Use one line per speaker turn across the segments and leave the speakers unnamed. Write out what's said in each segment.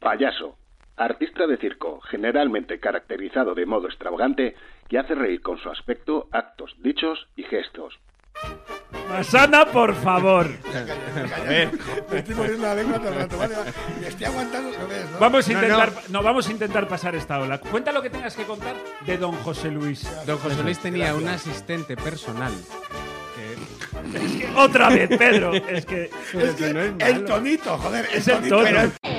Payaso. Artista de circo, generalmente caracterizado de modo extravagante, que hace reír con su aspecto, actos, dichos y gestos.
Masana, por favor.
Me estoy poniendo la lengua todo el rato, ¿vale? Me estoy aguantando, ¿lo ves, no?
Vamos a
No,
intentar, no, vamos a intentar pasar esta ola. Cuenta lo que tengas que contar de don José Luis.
Don José Luis tenía un asistente personal.
Otra vez, Pedro. Es que
Es que el tonito, joder, el
es el
tonito.
tono.
pero-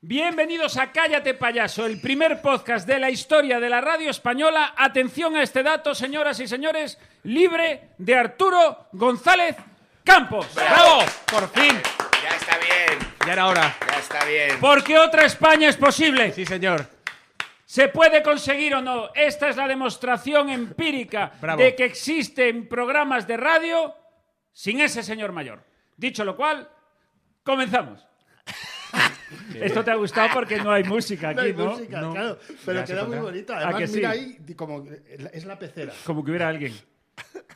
Bienvenidos a Cállate Payaso, el primer podcast de la historia de la radio española. Atención a este dato, señoras y señores, libre de Arturo González Campos. ¡Bravo! Por fin.
Ya está bien,
Ya era hora.
ya está bien.
Porque otra España es posible.
Sí, señor.
¿Se puede conseguir o no? Esta es la demostración empírica
Bravo.
de que existen programas de radio sin ese señor mayor. Dicho lo cual, comenzamos. Esto te ha gustado porque no hay música
No
aquí,
hay
¿no?
música,
No.
claro, pero
Ya se
queda muy
pondrá.
bonita.
¿A que
Además,
sí?
mira ahí, di- como eh, es la pecera.
Como que hubiera alguien.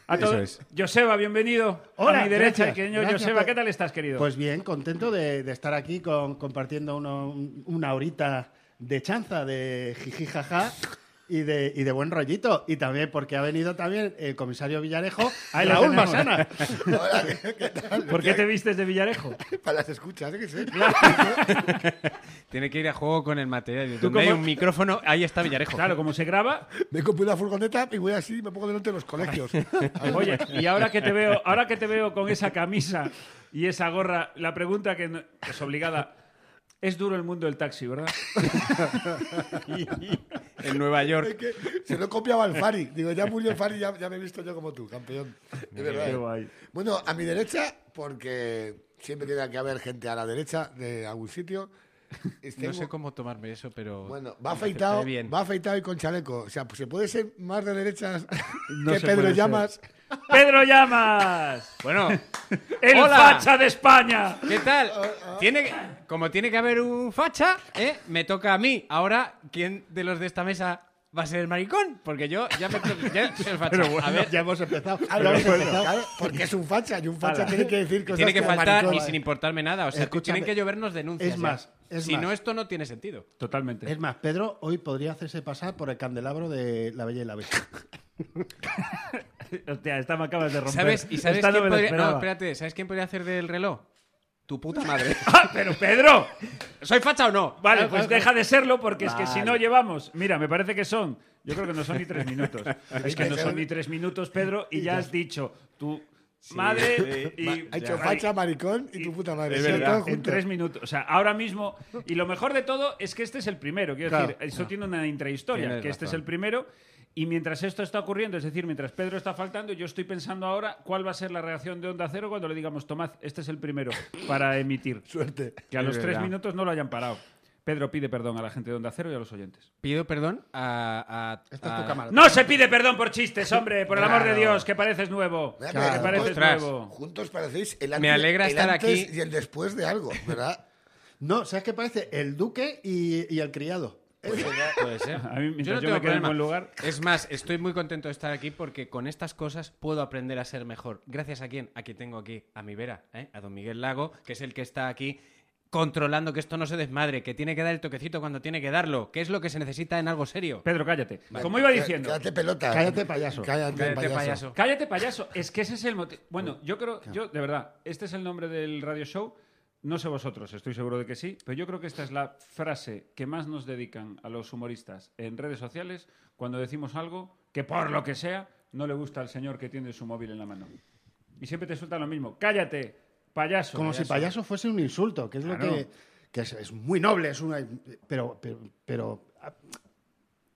A
Eso
todo-
es.
Joseba, bienvenido.
Hola,
a mi derecha,
gracias,
pequeño
gracias,
Joseba,
Pe-
¿qué tal estás, querido?
Pues bien, contento de, de estar aquí con- compartiendo uno- un- una horita de chanza, de jiji jaja y de, y de buen rollito. Y también porque ha venido también el comisario Villarejo,
Ahí lo
Raúl
tenemos.
Masana.
Hola, ¿qué- ¿qué tal?
¿Por
eh,
qué te vistes de Villarejo?
Para las escuchas, ¿eh? que sé.
Tiene que ir a juego con el material.
¿Tú
Donde hay
cómo-
un micrófono, ahí está Villarejo.
Claro, como se graba.
Me compré una furgoneta y voy así y me pongo delante de los colegios.
Oye, y ahora que te veo, ahora que te veo con esa camisa y esa gorra, la pregunta que no- es obligada. Es duro el mundo del taxi, ¿verdad?
En Nueva
Es
York.
que se lo copiaba al Fari. Digo, ya murió el Fari, ya, ya me he visto yo como tú, campeón. Es verdad.
Qué
¿eh?
guay.
Bueno, a mi derecha, porque siempre tiene que haber gente a la derecha de algún sitio. Y
No
tengo-
sé cómo tomarme eso, pero.
Bueno, va
me
afeitado,
aceptaré bien.
va afeitado y con chaleco. O sea, pues, se puede ser más de derechas
No
que
se
Pedro
puede
Llamas.
Pedro Llamas,
Bueno,
el
Hola.
facha de España.
¿qué
Ah,
tal? Tiene, como tiene que haber un facha, ¿eh? me toca a mí. Ahora, ¿quién de los de esta mesa va a ser el maricón? Porque yo ya me to- ya soy el facha. a ver,
ya hemos empezado.
Ah, no, claro, porque es un facha y un facha
Ala.
tiene que decir cosas
tiene que faltar
eh.
maricón-
y sin importarme nada. O sea, que
Escúchame.
tienen que llovernos denuncias.
Es
ya.
más, es
si
más.
no, esto no tiene sentido.
Totalmente.
Es más, Pedro hoy podría hacerse pasar por el candelabro de La Bella y la Bestia.
Hostia, esta me acabas de romper.
¿Sabes? ¿Y sabes
Esta no
quién
me la
podría.? No,
esperaba.
espérate, ¿sabes quién podría hacer del reloj? Tu puta madre.
¡Ah, pero Pedro!
¿Soy facha o no?
Vale, pues deja de serlo porque es que si no llevamos. Mira, me parece que son. Yo creo que no son ni tres minutos. Es que no son ni tres minutos, Pedro, y ya has dicho tu madre y.
Ha hecho
Ay,
facha, maricón y tu puta madre.
Es
Sí,
verdad,
todo
en
junto.
tres minutos. O sea, ahora mismo. Y lo mejor de todo es que este es el primero. Quiero
Claro.
decir, esto tiene una intrahistoria,
Tienes
que este es
razón.
el primero. Y mientras esto está ocurriendo, es decir, mientras Pedro está faltando, yo estoy pensando ahora cuál va a ser la reacción de Onda Cero cuando le digamos, Tomás, este es el primero para emitir.
Suerte.
Que a
Es
los tres
verdad.
minutos no lo hayan parado. Pedro pide perdón a la gente de Onda Cero y a los oyentes.
Pido perdón a. a-
Esta es
a-
tu cámara.
No se pide perdón por chistes, hombre, por el amor de
Claro.
Dios, que pareces nuevo.
Mira,
Que
pero
pareces
ostras.
nuevo.
Juntos parecéis el antes,
Me alegra
el
estar
antes
aquí.
y el después de algo, ¿verdad?
No, ¿sabes qué parece? El duque y, y el criado.
Pues Puede ser.
A mí, mientras
Yo
yo
no tengo
me quede en
problema.
buen lugar.
Es más, estoy muy contento de estar aquí porque con estas cosas puedo aprender a ser mejor. Gracias a quién? A que tengo aquí, a mi vera, ¿eh? a don Miguel Lago, que es el que está aquí controlando que esto no se desmadre, que tiene que dar el toquecito cuando tiene que darlo, que es lo que se necesita en algo serio.
Pedro, cállate. Como iba
Cá-
diciendo.
Eh, Cállate pelota.
Cállate, payaso.
Cállate,
Cállate,
payaso.
payaso.
Cállate, payaso. Es que ese es el motivo. Bueno, yo creo, yo, de verdad, este es el nombre del radio show. No sé vosotros, estoy seguro de que sí, pero yo creo que esta es la frase que más nos dedican a los humoristas en redes sociales cuando decimos algo que por lo que sea no le gusta al señor que tiene su móvil en la mano. Y siempre te sueltan lo mismo. Cállate, payaso.
Como si payaso fuese un insulto, que es lo
Claro.
que, que es, es muy noble, es una, pero, pero, pero- ah,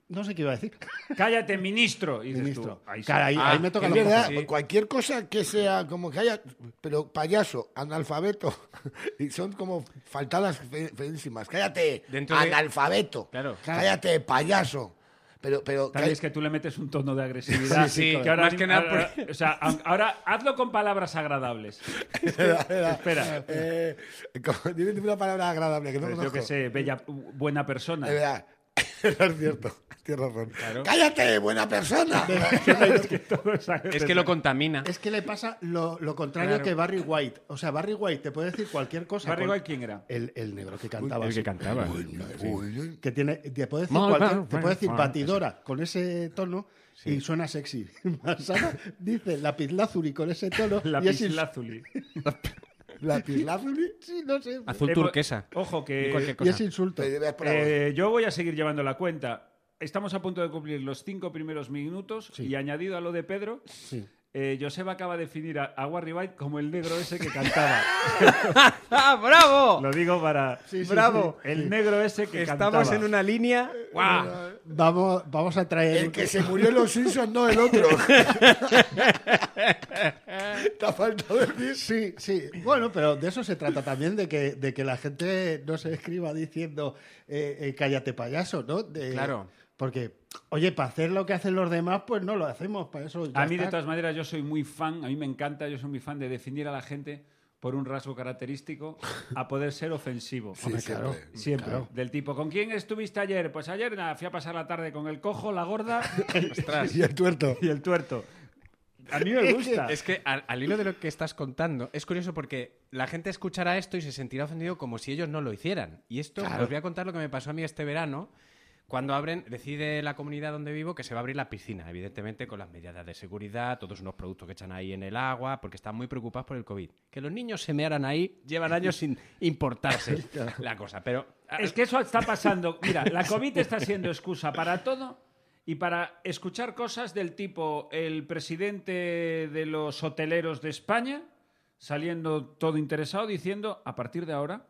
no sé qué iba a decir,
Cállate, ministro. Y dices tú,
ministro.
ahí sí.
Cara, ahí,
Ah,
ahí me toca
Es
la
verdad,
Sí.
cualquier cosa que sea como que haya, pero payaso, analfabeto, y son como faltadas fe- feísimas. Cállate,
Dentro de-
analfabeto.
Claro.
Cállate, payaso. Pero, pero
Tal vez
que-
que tú le metes un tono de agresividad.
Sí, sí,
que ahora,
más que nada
ahora-
porque-
o sea, a- ahora hazlo con palabras agradables. Espera.
eh, como- dime una palabra agradable que no
Pues yo
conozco. eh,
que sé, bella, buena persona.
De verdad. No es cierto. Tienes razón. ¡Cállate, buena persona!
Es que lo contamina.
Es que le pasa lo, lo contrario
Claro.
que Barry White. O sea, Barry White te puede decir cualquier cosa.
Barry
con-
White, ¿quién era?
El, el negro que cantaba. así.
cantaba.
Uy,
que tiene, te puede decir,
Mal,
cualquier-
mal,
te puede decir
mal,
batidora con ese tono y suena sexy. Masana dice lapislázuli con ese tono y es ins-
Lapislázuli.
¿Lapislázuli?
sí, no sé.
Azul
Eh,
turquesa.
Ojo,
Y cualquier
que
Y
cosa.
es insulto.
Te llevas por la voz.
eh, yo voy a seguir llevando la cuenta. Estamos a punto de cumplir los cinco primeros minutos y añadido a lo de Pedro, eh, Joseba acaba de definir a, a Barry White como el negro ese que cantaba.
¡Ah, bravo!
lo digo para...
Sí, sí,
Bravo.
El negro ese que cantaba. Ah.
Estamos en una línea. ¡Guau!
Vamos, vamos a traer.
El que se murió en los Simpsons, no el otro. Te ha faltado decir.
Sí, sí. Bueno, pero de eso se trata también, de que, de que la gente no se escriba diciendo eh, eh, cállate payaso, ¿no? De-
Claro.
Porque, oye, para hacer lo que hacen los demás, pues no lo hacemos. Para eso ya
A mí, de
está.
todas maneras, yo soy muy fan, a mí me encanta, yo soy muy fan de definir a la gente por un rasgo característico a poder ser ofensivo.
Sí, siempre.
Siempre. Del tipo, ¿con quién estuviste ayer? Pues ayer nada, fui a pasar la tarde con el cojo, la gorda
Y el tuerto.
y el tuerto. A mí me gusta.
Es que al, al hilo de lo que estás contando, es curioso porque la gente escuchará esto y se sentirá ofendido como si ellos no lo hicieran. Y esto os voy a contar lo que me pasó a mí este verano. Cuando abren, decide la comunidad donde vivo que se va a abrir la piscina, evidentemente con las medidas de seguridad, todos unos productos que echan ahí en el agua, porque están muy preocupados por el COVID. Que los niños se mearan ahí, llevan años sin importarse la cosa. Pero
Es que eso está pasando. Mira, la COVID está siendo excusa para todo y para escuchar cosas del tipo el presidente de los hoteleros de España saliendo todo interesado diciendo a partir de ahora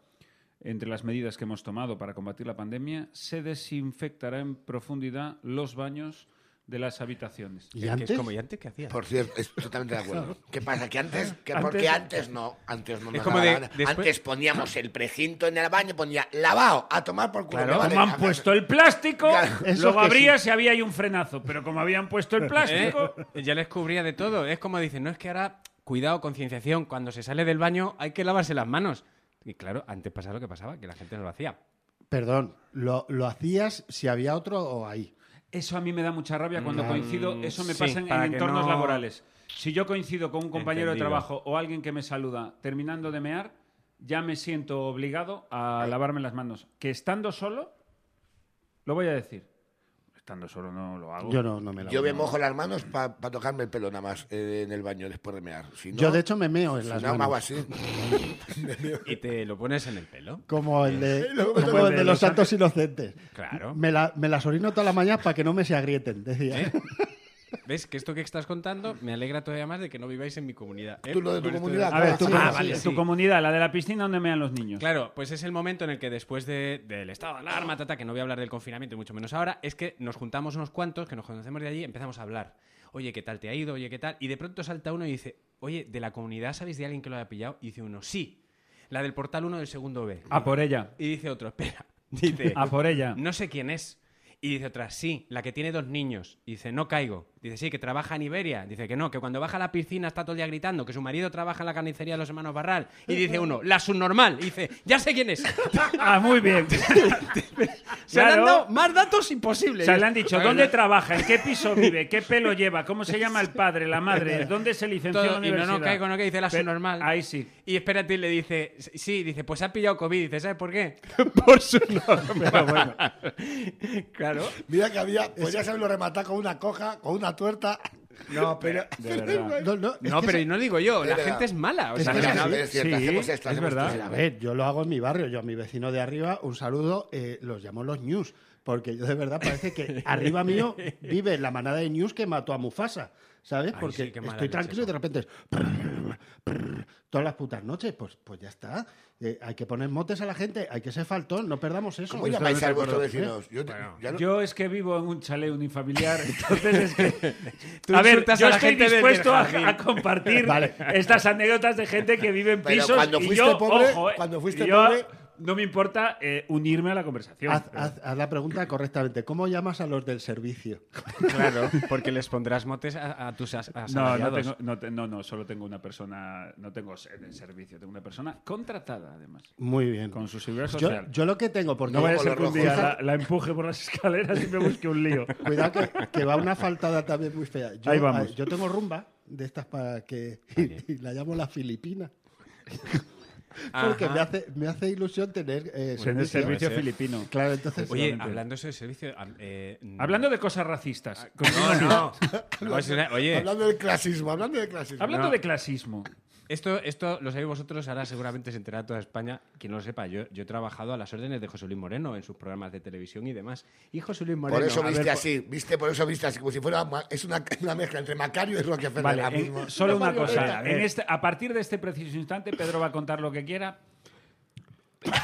entre las medidas que hemos tomado para combatir la pandemia se desinfectará en profundidad los baños de las habitaciones.
¿Y
es, que es
antes?
como ¿y antes qué hacías?
Por cierto, es totalmente de acuerdo. ¿Qué pasa? ¿Que antes? Que
Antes-
porque antes no. Antes no
Es
nos
como
daba
de-
la gana.
después-
Antes poníamos el precinto en el baño, ponía lavado, a tomar por culo.
Claro.
me vale,
Como
a-
han puesto el plástico,
Claro.
Eso
luego
que
abrías y había ahí un frenazo. Pero como habían puesto el plástico,
¿Eh? Ya les cubría de todo. Es como dicen, no es que ahora, cuidado, concienciación, cuando se sale del baño hay que lavarse las manos. Y claro, antes pasaba lo que pasaba, que la gente no lo hacía.
Perdón, lo, lo hacías si había otro o ahí.
Eso a mí me da mucha rabia cuando
Mm,
coincido. Eso me
sí,
pasa en, en
para que
entornos
no-
laborales. Si yo coincido con un compañero
Entendido.
de trabajo o alguien que me saluda terminando de mear, ya me siento obligado a lavarme las manos. Que estando solo, lo voy a decir. Estando solo no lo hago.
Yo no, no me la
Yo me mojo las manos para tocarme el pelo nada más eh, en el baño después de mear. Si no,
Yo, de hecho, me meo en
si
las
no, me hago
manos.
así.
Y te lo pones en el pelo.
Como el de, como el de los santos inocentes.
Claro.
Me, la- me las orino toda la mañana para que no me se agrieten, decía.
¿Ves? Que esto que estás contando me alegra todavía más de que no viváis en mi comunidad. ¿eh?
Tú lo de tu
Por esto
comunidad.
A ver, tu,
Sí,
com-
ah, vale,
tu
sí.
comunidad, la de la piscina donde mean los niños.
Claro, pues es el momento en el que después de- del estado de alarma, tata, que no voy a hablar del confinamiento y mucho menos ahora, es que nos juntamos unos cuantos que nos conocemos de allí y empezamos a hablar. Oye, ¿qué tal te ha ido? Oye, ¿qué tal? Y de pronto salta uno y dice, oye, ¿de la comunidad sabéis de alguien que lo haya pillado? Y dice uno, sí, la del portal 1 del segundo B.
A por ella.
Y dice otro, espera, dice,
A por ella.
no sé quién es. Y dice otra, sí, la que tiene dos niños. Y dice, no caigo. Dice, sí, que trabaja en Iberia. Dice que no, que cuando baja a la piscina está todo el día gritando, que su marido trabaja en la carnicería de los hermanos Barral. Y dice uno, la subnormal. Y dice, ya sé quién es.
Ah, muy bien.
Se le han
Claro.
dado más datos imposibles.
O sea, le han dicho
Bueno,
dónde
ya-
trabaja, en qué piso vive, qué pelo lleva, cómo se llama el padre, la madre, dónde se licenció en
todo,
la
y no,
universidad.
no caigo, no que dice la
Pero-
subnormal.
Ahí sí.
Y espérate, y le dice, sí, dice, pues ha pillado COVID. Dice, ¿sabes por qué? por su normal. claro.
Mira que había, pues ya sabes, lo rematar con una coja, con una tuerta. No, pero.
De verdad.
No, no, es
No,
que
pero
se-
no digo yo, la
verdad.
gente es mala. O sea,
que
no-
sí. Eh,
Mira, es cierto,
sí,
hacemos esto,
es
hacemos
verdad.
esto.
A ver, yo lo hago en mi barrio, yo a mi vecino de arriba, un saludo, eh, los llamo los news, porque yo de verdad parece que arriba mío vive la manada de news que mató a Mufasa, ¿sabes?
Ay,
Porque
sí, qué mala
estoy
leche
tranquilo y de repente es prrr, prrr, todas las putas noches, pues, pues ya está. Eh, hay que poner motes a la gente, hay que ser faltón, no perdamos eso.
¿Cómo llamáis a vuestros vecinos? Yo, ya no-
Yo es que vivo en un chalet unifamiliar, entonces es que...
Tú
a ver,
insultas
yo
a la
estoy
gente desde el
dispuesto a,
jardín.
a compartir
Vale.
estas anécdotas de gente que vive en
Pero
pisos
cuando
y
fuiste
yo,
pobre,
ojo, eh,
cuando fuiste
yo
pobre,
no me importa eh, unirme a la conversación.
Haz,
pero-
haz- haz la pregunta correctamente. ¿Cómo llamas a los del servicio?
Claro, porque les pondrás motes a, a tus as-
No, no,
asalariados.
tengo- no, te- no, no, solo tengo una persona, no tengo sed en servicio, tengo una persona contratada además,
Muy bien.
con su seguridad
Yo,
social.
yo lo que tengo, porque
no vaya a
Con
ser que
los
un día la,
rojos.
la empuje por las escaleras y me busque un lío. Pues
Cuidado que, que va una faltada también muy fea. Yo,
Ahí vamos.
ah, Yo tengo rumba de estas para que y, y la llamo la Filipina. Porque me hace, me hace ilusión tener eh,
En el servicio
ser.
filipino.
Claro, entonces
Oye,
Solamente.
hablando eso de servicio... hab- eh, mm,
Hablando de cosas racistas.
Ah, No,
continuamos.
no. No, es una- oye,
Hablando del clasismo, hablando del clasismo.
Hablando
No.
de clasismo.
Esto, esto lo sabéis vosotros, ahora seguramente se enterará toda España. Quien no lo sepa, yo, yo he trabajado a las órdenes de José Luis Moreno en sus programas de televisión y demás. Y José Luis Moreno.
Por eso
a ver,
viste
por-
así, viste, por eso viste así, como si fuera ma- es una, una mezcla entre Macario y Rockefeller.
Vale,
ahora
en-
mismo.
solo una
Mario Vela.
cosa. En este- a partir de este preciso instante, Pedro va a contar lo que quiera.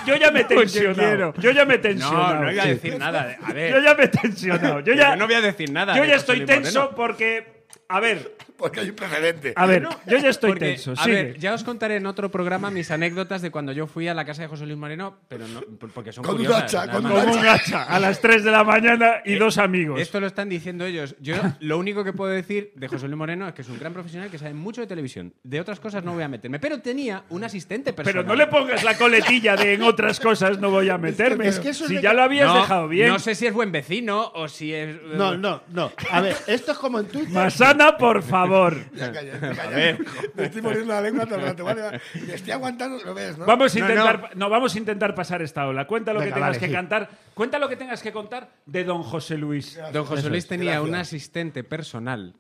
Yo ya me he tensionado. Yo ya me he tensionado.
Pues No, no iba a decir nada. A ver,
Yo ya me he tensionado. Yo ya,
yo no voy a decir nada.
yo
de
ya
José
estoy
Luis
tenso
Moreno.
porque. A ver,
Porque hay un precedente.
a ver, yo ya estoy
Porque,
tenso.
A
sigue.
ver, ya os contaré en otro programa mis anécdotas de cuando yo fui a la casa de José Luis Moreno, pero no, por- porque son
Con un
curiosas,
hacha,
nada
con
más.
un
Como un hacha a las 3 de la mañana
Eh,
y dos amigos.
Esto lo están diciendo ellos. Yo lo único que puedo decir de José Luis Moreno es que es un gran profesional que sabe mucho de televisión. De otras cosas no voy a meterme. Pero tenía un asistente personal.
Pero no le pongas la coletilla de en otras cosas no voy a meterme.
es que eso es
si
lo
ya
que-
lo habías
No,
dejado bien.
No sé si es buen vecino o si es. eh,
No, no, no. A ver, esto es como en Twitter.
Masana, por favor.
Ya, calla, ya, calla. Me estoy muriendo la lengua todo el rato. Vale, vale. Le estoy aguantando, lo ves, ¿no?
Vamos a
No,
intentar, no, vamos a intentar pasar esta ola. Cuenta lo que
Venga,
tengas
vale,
que
sí.
cantar. Cuenta lo que tengas que contar de Don José Luis.
Don José Luis tenía
gracias.
un asistente personal.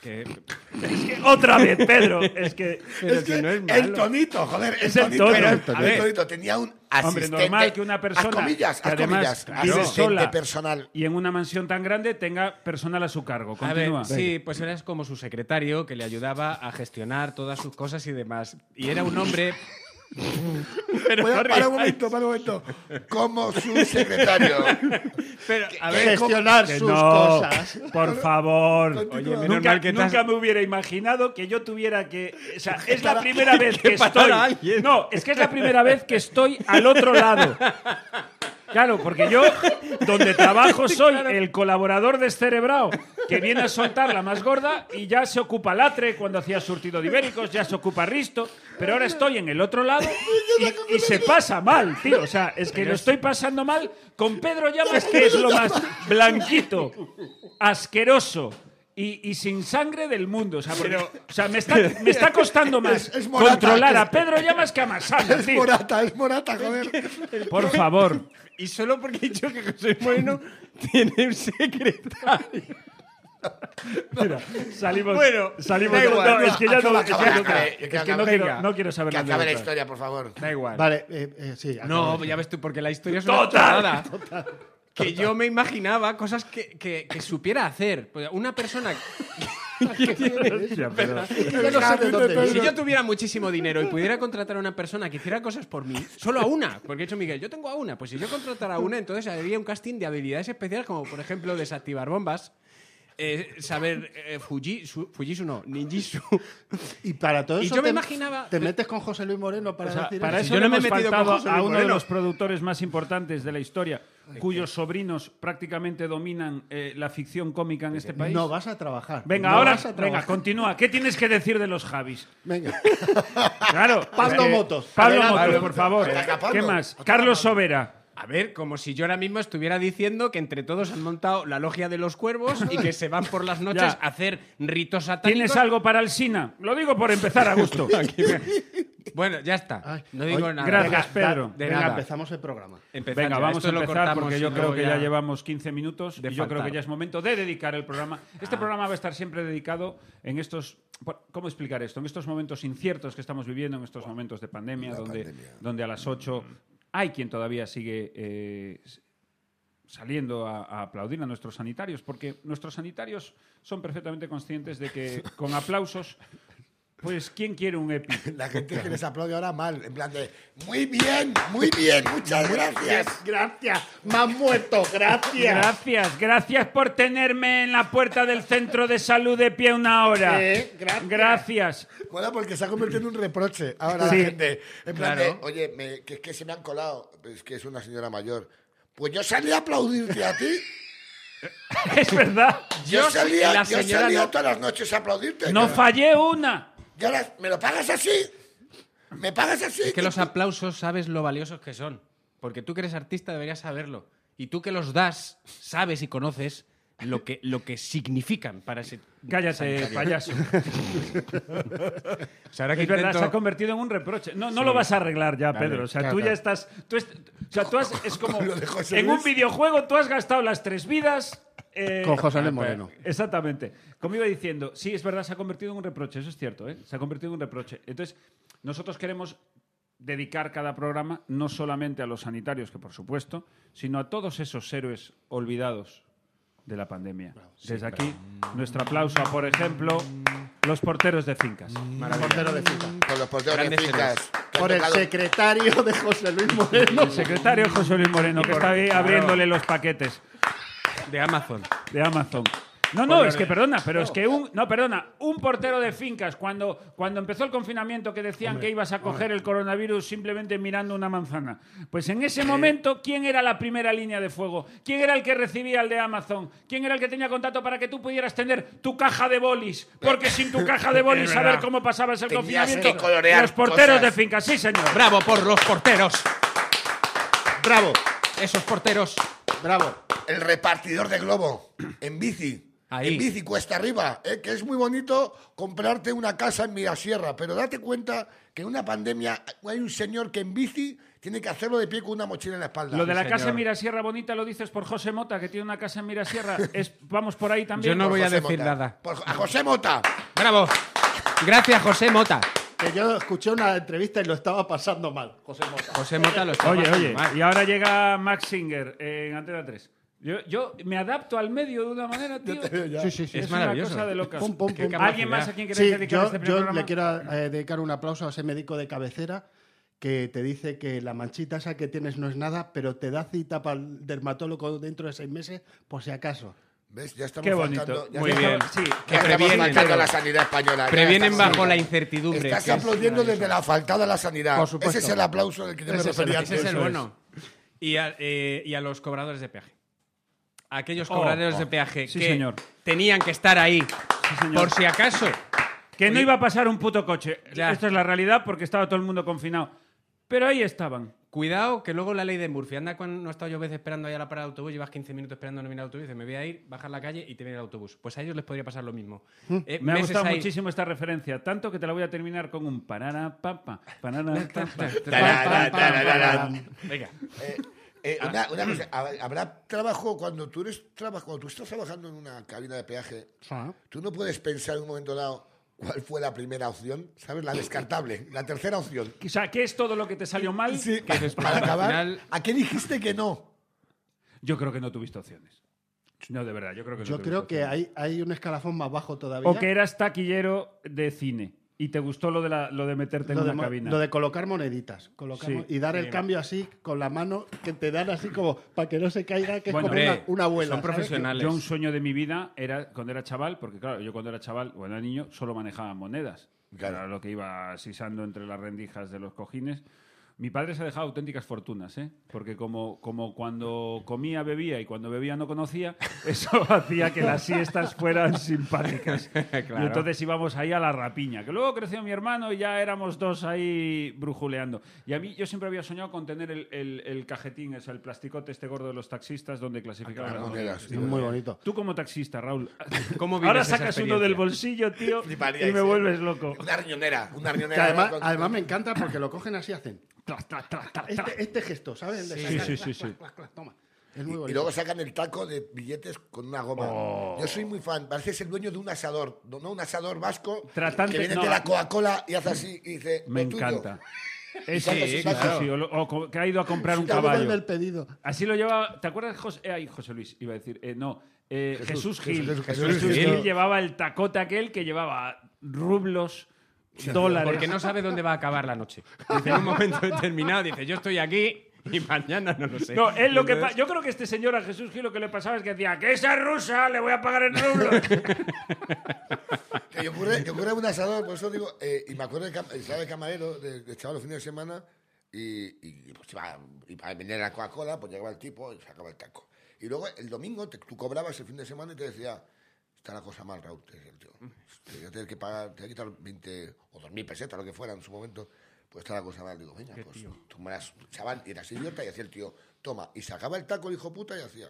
Que,
Es que otra vez, Pedro. Es que
pero
es
si
que
no es
el
malo.
tonito, joder, el
Es el
tonito,
tono,
era-
el tono.
el tonito tenía un asistente.
normal que una persona
Haz comillas,
que
haz
además
comillas,
vive
asistente
sola.
personal.
y en una mansión tan grande tenga personal a su cargo.
A ver,
Continúa.
sí, pues era como su secretario que le ayudaba a gestionar todas sus cosas y demás. Y era un hombre. pero,
Voy a-
no
para un
ríais.
momento, para un momento. Como su secretario.
Pero, a ver,
gestionar
Que
sus
no,
cosas.
por favor.
Oye, menos
nunca,
mal que te
nunca
has-
me hubiera imaginado que yo tuviera que. O sea, es la
para-
primera vez que,
para
estoy.
a alguien.
No, es que es la primera vez que estoy al otro lado. Claro, porque yo, donde trabajo, soy el colaborador descerebrado que viene a soltar la más gorda y ya se ocupa Latre cuando hacía surtido de ibéricos, ya se ocupa Risto, pero ahora estoy en el otro lado y, y se pasa mal, tío. O sea, es que lo estoy pasando mal con Pedro Llamas, que es lo más blanquito, asqueroso. Y, y sin sangre del mundo. O sea, porque- o sea, me, está, me está costando más
Es- es Morata,
controlar
que-
a Pedro Llamas que a Masana,
Es
tío.
Morata, es Morata, joder.
Por favfavor.
y solo porque he dicho que José Moreno tiene un secretario.
Mira, salimos.
Bueno,
salimos.
da igual,
no,
no,
es que ya no.
acaba,
Es que,
acaba,
no-
acaba,
es que
acaba,
no,
venga.
quiero, no quiero saber
Que
nada
acabe la
de otra.
historia, por favor.
Da igual.
Vale, eh, eh, sí.
No,
acabo.
ya ves tú, porque la historia es una
¡Total!
chorrada. Que yo me imaginaba cosas que, que- que supiera hacer. Pues Una persona.
Ya, pero-
Yo no sé de dónde
Si
viene.
yo tuviera muchísimo dinero y pudiera contratar a una persona que hiciera cosas por mí, solo a una, porque he hecho Miguel, yo tengo a una, pues si yo contratara a una, entonces habría un casting de habilidades especiales como, por ejemplo, desactivar bombas, eh, saber eh, fujitsu, fujitsu no, ninjitsu.
Y para todo
Y
eso
yo me
te-
imaginaba-
Te metes con José Luis Moreno para
O sea,
decir
para
eso.
eso
yo
le
no me he
hemos
metido con
faltado
José
a
Luis
uno de
Moreno.
los productores más importantes de la historia, cuyos sobrinos prácticamente dominan eh, la ficción cómica en este país.
No vas a trabajar.
Venga,
No
ahora,
vas a
venga,
trabajar.
continúa. ¿Qué tienes que decir de los Javis?
Venga.
Claro. Eh,
Pablo Motos.
Pablo
Adelante.
Motos, por favor.
Ataca, Pablo.
¿Qué más?
Ataca,
Carlos Sobera.
A ver, como si yo ahora mismo estuviera diciendo que entre todos han montado la logia de los cuervos y que se van por las noches
Ya.
a hacer ritos satánicos.
¿Tienes algo para el Sina? Lo digo por empezar a gusto.
Bueno, ya está.
Ay,
no digo
oye,
nada.
Gracias,
Da-
Pedro.
de
venga,
nada.
empezamos el programa.
Empezad
Venga,
ya.
vamos
Esto
a
lo
empezar
cortamos,
porque
si
yo
no
creo que ya
ya
llevamos 15 minutos
De
y yo creo que
faltar. Ah.
ya es momento de dedicar el programa. Este programa va a estar siempre dedicado en estos por- ¿Cómo explicar esto? En estos momentos inciertos que estamos viviendo, en estos momentos de pandemia, donde, donde a las 8
Mm.
hay quien todavía sigue eh, s- saliendo a, a aplaudir a nuestros sanitarios, porque nuestros sanitarios son perfectamente conscientes de que con aplausos Pues, ¿quién quiere un EPI?
La gente que les aplaude ahora mal, en plan de muy bien, muy bien, muchas gracias.
Gracias, me han muerto, gracias.
Gracias, gracias por tenerme en la puerta del centro de salud de pie una hora.
Sí, gracias.
Gracias.
Bueno, porque se ha convertido en un reproche ahora
Sí,
la gente. En plan
claro.
de, oye, me- que es que se me han colado, es que es una señora mayor. Pues yo salí a aplaudirte a ti.
Es verdad.
Yo, salía,
la
yo
señora
salía
no-
todas las noches a aplaudirte.
No
Yo-
fallé una.
yo las- ¿Me lo pagas así? ¿Me pagas así?
Es que los aplausos sabes lo valiosos que son. Porque tú que eres artista deberías saberlo. Y tú que los das, sabes y conoces lo que, lo que significan para ese...
Cállate, payaso.
O sea, ahora que
Es verdad,
intento-
se ha convertido en un reproche. No, no lo vas a arreglar ya, Pedro. O sea, tú ya estás. Tú est- o sea, tú has. Es como.
Lo de José
En un
Luis.
videojuego tú has gastado las tres vidas. eh,
Con José
Ah,
Luis
pues,
Moreno.
Exactamente. Como iba diciendo, sí, es verdad, se ha convertido en un reproche, eso es cierto, ¿eh? se ha convertido en un reproche. Entonces, nosotros queremos dedicar cada programa no solamente a los sanitarios, que por supuesto, sino a todos esos héroes olvidados de la pandemia. Desde aquí, nuestro aplauso a, por ejemplo, los porteros de fincas.
Portero de cita.
Con los porteros de
Grandes
fincas. que han
Por el
tocado-
secretario de José Luis Moreno.
El secretario José Luis Moreno, que está ahí abriéndole los paquetes.
de Amazon.
de Amazon. No, no,
eh,
es que perdona, pero es que un no, perdona, un portero de fincas cuando cuando empezó el confinamiento que decían que ibas a coger el coronavirus simplemente mirando una manzana. Pues en ese momento ¿quién era la primera línea de fuego? ¿Quién era el que recibía el de Amazon? ¿Quién era el que tenía contacto para que tú pudieras tener tu caja de bolis? Porque sin tu caja de bolis saber cómo pasabas el
Tenías
confinamiento.
que colorear
los porteros
cosas.
de fincas, sí, señor.
¡Bravo por los porteros!
Bravo,
Esos porteros.
bravo.
El repartidor de globo en bici.
Ahí.
En bici cuesta arriba, ¿eh? que es muy bonito comprarte una casa en Mirasierra, pero date cuenta que en una pandemia hay un señor que en bici tiene que hacerlo de pie con una mochila en la espalda.
Lo de la casa en
señor.
Mirasierra bonita lo dices por José Mota, que tiene una casa en Mirasierra. Es, vamos por ahí también.
Yo no
Por
voy a
José
decir
Mota.
nada.
Por- a José Mota.
¡Bravo! Gracias, José Mota.
Que yo escuché una entrevista y lo estaba pasando mal. José Mota.
José Mota lo está
Oye,
pasando
oye,
mal.
y ahora llega Max Singer en Antena 3. Yo, yo me adapto al medio de una manera, tío.
Sí, sí, sí.
Es,
Es maravilloso.
Una cosa de locas.
Pum, pum,
Qué
pum.
¿Alguien más a quien queréis
Sí,
dedicar
yo,
este primer
yo
programa?
le quiero eh, dedicar un aplauso a ese médico de cabecera que te dice que la manchita esa que tienes no es nada, pero te da cita para el dermatólogo dentro de seis meses, por si acaso.
¿Ves? Ya estamos
Qué bonito.
faltando- ya
Muy
estamos-
bien.
Sí,
Que
Ya estamos
previenen.
faltando a la sanidad española. ya
Previenen
estamos-
bajo la incertidumbre.
Estás
que es-
aplaudiendo desde la faltada a la sanidad.
Por supuesto.
Ese es el aplauso del que yo me
Ese es el-
refería
Ese es el
antes.
bueno. Y a, eh, y a los cobradores de peaje. Aquellos
Oh,
cobradores
oh.
de peaje
Sí,
que
señor.
tenían que estar ahí
señor.
por si acaso.
Que no iba a pasar un puto coche.
Ya.
Esto es la realidad porque estaba todo el mundo confinado. Pero ahí estaban.
Cuidado, que luego la ley de Murphy. Anda cuando no he estado yo veces esperando ahí a la parada de autobús, llevas 15 minutos esperando no viene el autobús, dices, me voy a ir, bajar la calle y te viene el autobús. Pues a ellos les podría pasar lo mismo. Eh,
Mm. Me ha
meses
gustado
ahí-
muchísimo esta referencia, tanto que te la voy a terminar con un parana papa, parana papa.
Tarara, tarara.
Venga.
Eh, eh, una, una cosa, ¿hab- ¿habrá trabajo cuando tú, eres, traba- cuando tú estás trabajando en una cabina de peaje? Tú no puedes pensar en un momento dado cuál fue la primera opción, ¿sabes? La descartable, la tercera opción.
O sea, ¿qué es todo lo que te salió mal?
Para acabar,
Al final-
¿a qué dijiste que no?
Yo creo que no tuviste opciones. No, de verdad, yo creo que no
Yo
tuviste
creo que
opciones.
hay, hay un escalafón más bajo todavía.
O que eras taquillero de cine y te gustó lo de, la- lo de meterte
lo
en
de,
una
mo-
cabina.
lo de colocar moneditas colocar
Sí.
mo- y dar el cambio así con la mano que te dan así como para que no se caiga que
Bueno,
es como
Hombre,
una, una abuela
Son
¿sabes?
profesionales.
Yo un sueño de mi vida era cuando era chaval, porque claro, yo cuando era chaval, cuando era niño, solo manejaba monedas.
Claro.
Era lo que iba sisando entre las rendijas de los cojines. Mi padre se ha dejado auténticas fortunas, ¿eh? Porque como, como cuando comía bebía y cuando bebía no conocía, eso hacía que las siestas fueran simpáticas.
Claro.
Y entonces íbamos ahí a la rapiña, que luego creció mi hermano y ya éramos dos ahí brujuleando. Y a mí yo siempre había soñado con tener el, el- el cajetín, o sea, el plasticote este gordo de los taxistas donde clasificaban
Ah, claro,
las
monedas,
monedas.
sí.
muy bonito
Tú como taxista, Raúl.
¿Cómo vives
Ahora
esa
sacas uno
experiencia?
del bolsillo, tío,
Fliparíais,
y me
¿eh?
vuelves loco.
Una riñonera, una
que
riñonera.
además,
Con-
además me encanta porque lo cogen así hacen
Tras, tras, tras, tras, tras.
este, este gesto ¿sabes? El de
Sí,
sacar,
sí,
clac,
sí,
clac,
sí.
clac, clac, toma es muy
Y-
bonito
Y luego sacan el taco de billetes con una goma. Yo soy muy fan. Pareces el dueño de un asador, no no un asador vasco
Tratante-
que viene
no.
de la Coca-Cola y hace así y dice.
Me
"Lo tuyo".
encanta. Eh,
Y
sí,
sacas
sí,
un taco.
sí, O, lo- o co- que ha ido a comprar un
Te acuerdas del
caballo.
pedido
Así lo llevaba. ¿Te acuerdas, José? eh, ay, José Luis, iba a decir. eh, no, eh, Jesús, Gil. Jesús,
Jesús, Jesús,
Gil
Jesús Gil.
llevaba el tacote aquel que llevaba rublos,
dólares.
Porque no sabe dónde va a acabar la noche. Dice, en un momento determinado, dice, yo estoy aquí y mañana no lo sé.
No, es lo que pa-
Entonces,
yo creo que este señor a Jesús Gil lo que le pasaba es que decía que esa rusa le voy a pagar en rublos.
Que yo ocurre, yo ocurre en un asador, por eso digo, eh, y me acuerdo del cam- el sábado de camarero, de, de chaval los fines de semana, y, y, pues iba, iba a vender la Coca-Cola, pues llegaba el tipo y sacaba el taco. Y luego el domingo te- tú cobrabas el fin de semana y te decía, está la cosa mal, Raúl, te decía el tío. Te voy a tener que pagar, te voy a quitar 20 o 2.000 pesetas, lo que fuera en su momento. Pues está la cosa mal. Digo, venga, pues tú me das, chaval, y eras idiota, y hacía el tío, toma. Y sacaba el taco el hijo puta y hacía,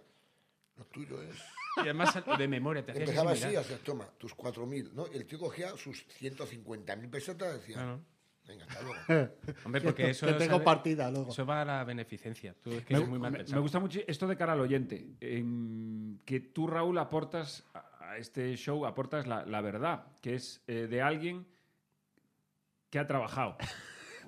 lo tuyo es...
Y además de memoria te hacías
Empezaba
así,
así,
mira.
hacía, toma, tus 4.000, ¿no? Y el tío cogía sus 150.000 pesetas y decía, venga, hasta luego.
Hombre, porque eso,
que tengo
¿sabes?
partida luego.
eso va a la beneficencia. Tú es que eres muy mal
me,
pensado.
me gusta mucho esto de cara al oyente. em, que tú, Raúl, aportas a a este show, aportas la, la verdad, que es eh, de alguien que ha trabajado.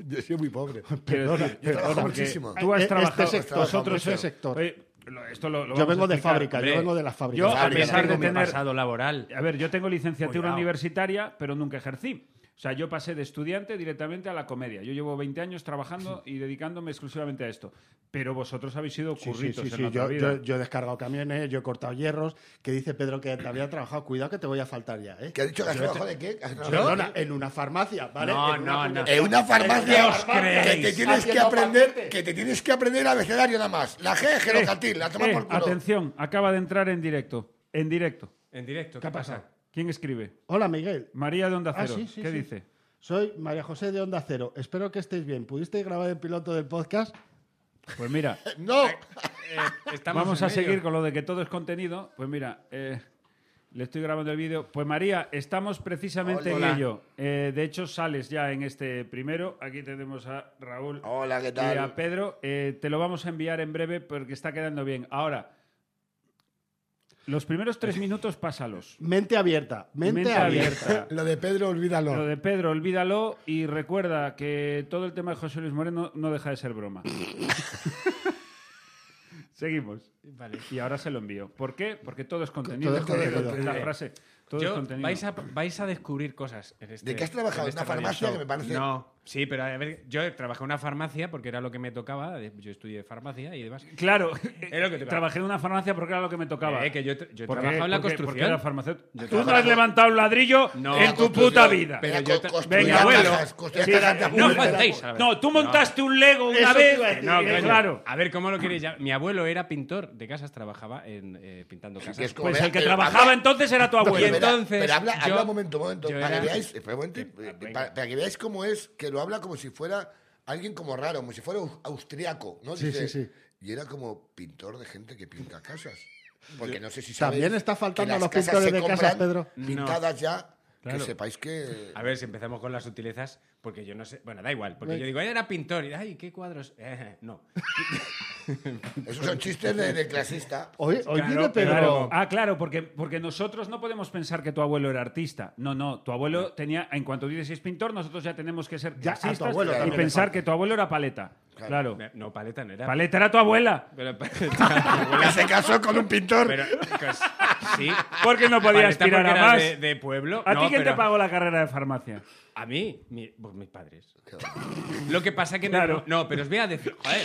Yo soy muy pobre.
Quiero decir,
yo trabajo
porque
muchísimo.
Tú has
Este
trabajado.
sector,
vosotros,
este
sector.
Oye, lo- esto lo- lo
Yo
vamos a
vengo de
explicar.
fábrica, yo
hombre. Ah,
vengo de la fábrica.
Yo, a
Fábrica,
pesar de
tengo mi
tener
pasado laboral.
A ver, yo tengo licenciatura
Cuidado.
universitaria, pero nunca ejercí. O sea, yo pasé de estudiante directamente a la comedia. Yo llevo 20 años trabajando y dedicándome exclusivamente a esto. Pero vosotros habéis sido
Sí, sí,
curritos
sí,
en
sí,
la otra
Yo,
vida.
yo- yo he descargado camiones, yo he cortado hierros. Que dice Pedro que te había trabajado. Cuidado que te voy a faltar ya, ¿eh?
¿Qué ha dicho que has trabajado de qué? ¿Has trabajado de
Perdona, en una farmacia, ¿vale?
No,
En una
no, no.
puñetera-
qué? En una farmacia
¿Qué os
que te
creéis?
tienes que
Haciendo
aprender
paquete.
que te tienes que aprender abecedario nada más. La G, gerocatil, la toma
Eh,
por culo.
atención, acaba de entrar en directo. En directo.
En directo, ¿qué,
ha
pasa?
pasado?
¿Quién escribe?
Hola, Miguel.
María de Onda
Ah,
Cero.
sí, sí,
¿Qué
sí.
dice?
Soy María José de Onda Cero. Espero que estéis bien. ¿Pudisteis grabar el piloto del podcast?
Pues mira,
No,
Eh, estamos
vamos
en
a
medio.
seguir con lo de que todo es contenido. Pues mira, eh, le estoy grabando el vídeo. Pues María, estamos precisamente en
Hola.
ello. Eh, de hecho, sales ya en este primero. Aquí tenemos a Raúl
Hola, ¿qué
y
tal?
a Pedro. Eh, te lo vamos a enviar en breve porque está quedando bien. Ahora, los primeros tres minutos pásalos.
Mente abierta. Mente,
Mente
abierta.
abierta.
lo de Pedro,
Lo
olvídalo.
de Pedro, olvídalo y recuerda que todo el tema de José Luis Moreno no deja de ser broma. Seguimos.
Vale.
Y ahora se lo envío. ¿Por qué? Porque todo es contenido.
Todo es contenido.
La frase, todo es
Yo-
contenido.
vais, a, vais a descubrir cosas. en este-
¿De qué has trabajado?
en
¿En
este
una farmacia?
radio show.
Que me parece-
No, sí, pero a ver, yo trabajé en una farmacia porque era lo que me tocaba. de- Yo estudié farmacia y demás.
Claro, eh,
lo que tocaba.
trabajé en una farmacia porque era lo que me tocaba.
Eh, que yo he tra- yo he
¿Por qué?
trabajado en la
Porque-
construcción.
porque era farmacéutico. Tú no
trabajaba-
has levantado un ladrillo
No.
en
La
tu
construcción,
puta vida.
pero
era
yo
co-
te-
construir
Venga, abuelo.
cajas, construir
Sí,
cajas de
no
juguete.
faltéis.
a la verdad.
No, tú montaste un Lego una
Eso
vez.
te iba a decir.
No,
Eh,
coño.
Coño,
claro.
A ver, ¿cómo lo queréis llamar? Mi abuelo era pintor de casas, trabajaba en, eh, pintando
Sí,
casas.
que es como-
Pues el que
Pero
trabajaba
habla-
entonces era tu abuelo.
Pero verá,
entonces,
Pero habla,
yo-
habla un momento, un momento.
yo
Para que,
era-
veáis, espera un momento, eh, para, para que veáis cómo es, que lo habla como si fuera alguien como raro, como si fuera au- austriaco. ¿no?
Sí, sí, sí.
Y era como pintor de gente que pinta casas. Porque no sé si sabéis.
También está faltando
que las
a los
casas
pintores
se
de casas,
compran
Pedro.
Pintadas ya,
Claro. Ah,
que sepáis que.
A ver si empezamos con las sutilezas, porque yo no sé. Bueno, da igual, porque yo digo, "Ay, era pintor. Y, ay, qué cuadros. Eh, no.
Esos son chistes de, de clasista.
Hoy, hoy
Claro,
viene Pedro.
claro.
Ah, claro, porque, porque nosotros no podemos pensar que tu abuelo era artista. No, no, tu abuelo tenía, en cuanto dices es pintor, nosotros ya tenemos que ser
Ya, a tu
clasistas
abuelo
y
también le
pensar
falta.
que tu abuelo era paleta. Claro.
No, paleta no era.
Paleta era tu abuela.
Pero paleta.
Porque se casó con un pintor.
Pero, pues, sí.
Porque no podía
Paleta
aspirar
porque
a
era
más.
De, de pueblo.
¿A
No,
ti quién
pero
te pagó la carrera de farmacia?
A mí, mi- pues, mis padres. Lo que pasa que
Claro.
no, no, pero os voy a decir, joder,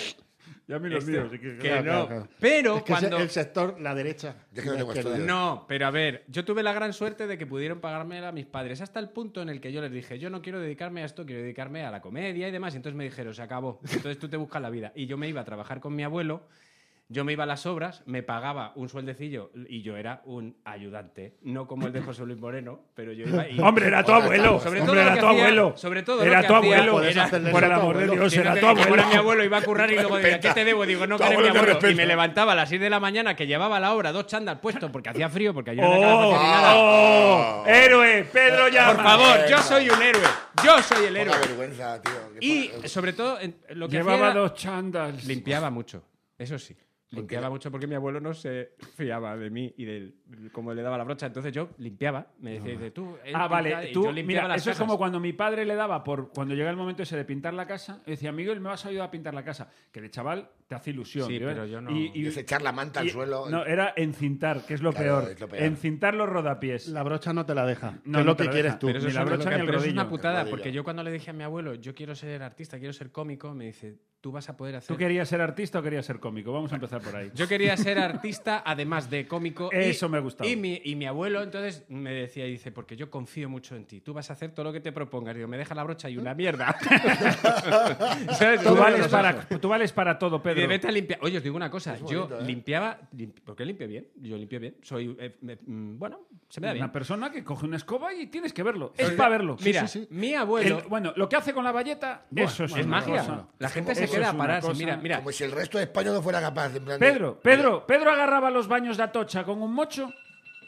Ya a mí
este, que, no.
Claro, claro, claro.
Pero
Es que
cuando
el sector, la derecha.
Yo que no
la
tengo
izquierda.
estudios.
No, pero a ver, yo tuve la gran suerte de que pudieron pagármela a mis padres, hasta el punto en el que yo les dije, yo no quiero dedicarme a esto, quiero dedicarme a la comedia y demás. Y entonces me dijeron, se acabó, entonces tú te buscas la vida. Y yo me iba a trabajar con mi abuelo, yo me iba a las obras, me pagaba un sueldecillo y yo era un ayudante, no como el de José Luis Moreno, pero yo iba y...
Hombre, era tu
Ahora
abuelo.
estamos.
Sobre todo
Hombre,
lo
era
que
tu
hacía-
abuelo.
sobre todo lo
Era
que
tu
hacía-
abuelo.
Puedes
Era-
hacerle
Por el
eso a tu
amor de
abuelo.
Dios,
Siendo
era
que
tu
como
abuelo.
era mi abuelo, iba a currar y luego decía, ¿qué te debo? Digo, no, que
Tu
eres mi
abuelo te
abuelo. Y
respeta.
me levantaba a las 6 de la mañana, que llevaba a la obra dos chandas puestos porque hacía frío, porque allí no había
¡Oh!
calefacción ni nada.
¡Oh! ¡Héroe! ¡Pedro Llama!
Por favor, yo soy un héroe. Yo soy el
Poca
héroe.
vergüenza, tío. eh, Qué
Y
poca-
sobre todo, en- lo que hacía
Llevaba
era-
dos chandals.
limpiaba mucho. Eso sí. Limpiaba mucho porque mi abuelo no se fiaba de mí y de cómo le daba la brocha. Entonces yo limpiaba. Me decía, dice, tú. él
Ah,
pinta,
vale.
y
Tú,
yo limpiaba
mira, eso
las
es
cajas.
como cuando mi padre le daba por cuando llega el momento ese de pintar la casa, le decía, Miguel, me vas a ayudar a pintar la casa. Que de chaval te hace ilusión.
Sí,
tío, ¿eh?
pero yo no-
Y- y-
Es echar la manta al
y-
suelo.
No, era encintar, que es lo,
Claro,
peor.
es lo peor.
Encintar los rodapiés.
La brocha no te la deja. que
No,
es
no
lo
te
que
la
quieres
deja.
tú.
Pero eso
Pero ni la
es
brocha
que-
ni el
pero eso es
rodillo.
una
una putada,
rodillo.
porque yo cuando le dije a mi abuelo, yo quiero ser artista, quiero ser cómico, me dice, tú vas a poder hacer...
¿Tú querías ser artista o querías ser cómico? Vamos a empezar por ahí.
Yo quería ser artista, además de cómico.
Eso
y,
me ha gustado.
Y mi, y mi abuelo entonces me decía, y dice, porque yo confío mucho en ti. Tú vas a hacer todo lo que te propongas. Digo, me deja la brocha y una mierda. ¿Sabes?
Tú vales, para, tú vales para todo,
Y de
Pedro.
vete a limpiar. Oye, os digo una cosa.
bonito,
yo
¿eh?
limpiaba... lim- ¿Por qué limpié bien? Yo limpié bien. Soy... eh, me- mm, bueno, se me da bien.
Una persona que coge una escoba y tienes que verlo. Es para verlo.
Mira,
Sí, sí, sí.
mi abuelo...
El- bueno, lo que hace con la valleta, eso es,
es
una
magia.
cosa.
La gente se
Eso
queda
es
a
una
pararse.
cosa-
Mira, mira.
Como si el resto de España no fuera capaz. en plan de-
Pedro, Pedro, Pedro agarraba los baños de Atocha con un mocho.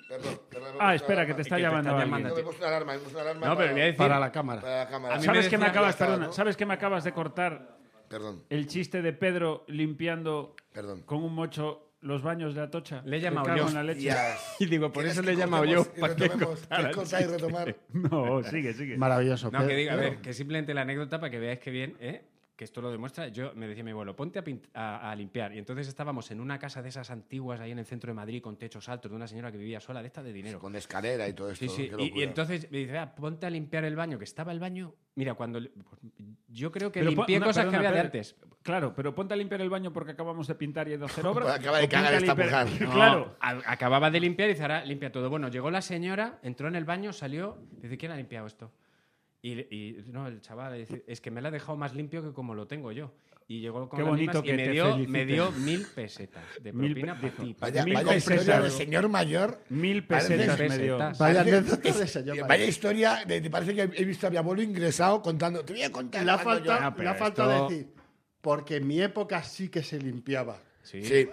Perdón, perdón,
Ah,
hemos
espera,
una
que te está
que te
llamando.
está
alguien.
llamando a
No,
ti.
hemos una alarma, hemos una alarma.
No, pero
para-
le voy a decir...
Para la cámara.
para la cámara.
A mí me
¿Sabes que me
decían-
acabas,
Ya está,
perdona,
¿no?
¿Sabes que me acabas de cortar
Perdón,
el chiste de Pedro limpiando
perdón.
con un mocho los baños de Atocha?
Le he
Me
llamado
cago
yo.
en la leche.
Hostias.
Y digo, por
Tienes
eso
que
le he llamado yo.
cortemos y
para que
retomemos,
contara
que cortar y retomar.
No, sigue, sigue.
Maravilloso.
No, que
Pedro.
diga, a ver, que simplemente la anécdota para que veáis que bien, ¿eh? que esto lo demuestra. Yo me decía mi abuelo, ponte a, pint- a- a limpiar. Y entonces estábamos en una casa de esas antiguas ahí en el centro de Madrid con techos altos de una señora que vivía sola, de esta de dinero.
Con escalera y todo esto.
Sí, sí.
qué
Y- Y,
locura.
entonces me dice, "Ah, ponte a limpiar el baño, que estaba el baño. Mira, cuando. le- pues, Yo creo que
Pero pon-
limpié
una-
cosas que
perdona,
había de
Pedro,
antes.
Claro, pero ponte a limpiar el baño porque acabamos de pintar y hay de hacer obras.
Porque acaba de
o ponte
cagar
a
esta
limpiar-
mujer.
No,
Claro.
a- acababa de limpiar y dice, ahora limpia todo. Bueno, llegó la señora, entró en el baño, salió, dice, ¿quién ha limpiado esto? Y, y, no, el chaval dice, es que me lo ha dejado más limpio que como lo tengo yo. Y llegó con
Qué
las
bonito
mismas
que
y me
te
dio,
feliciten.
me dio mil pesetas de
Mil
propina
pe-
para
dijo,
ti.
Vaya,
Mil
vaya
pesetas.
historia de señor mayor.
Mil
Parece-
pesetas me dio.
pesetas.
Vaya
Parece-
anécdota de señor.
Vaya
María.
historia, de- te parece que he visto a mi abuelo ingresado contando. Te voy a contar.
Le ha
cuando yo-
faltado,
pero
le ha faltado
esto-
decir, porque en mi época sí que se limpiaba.
Sí.
Sí.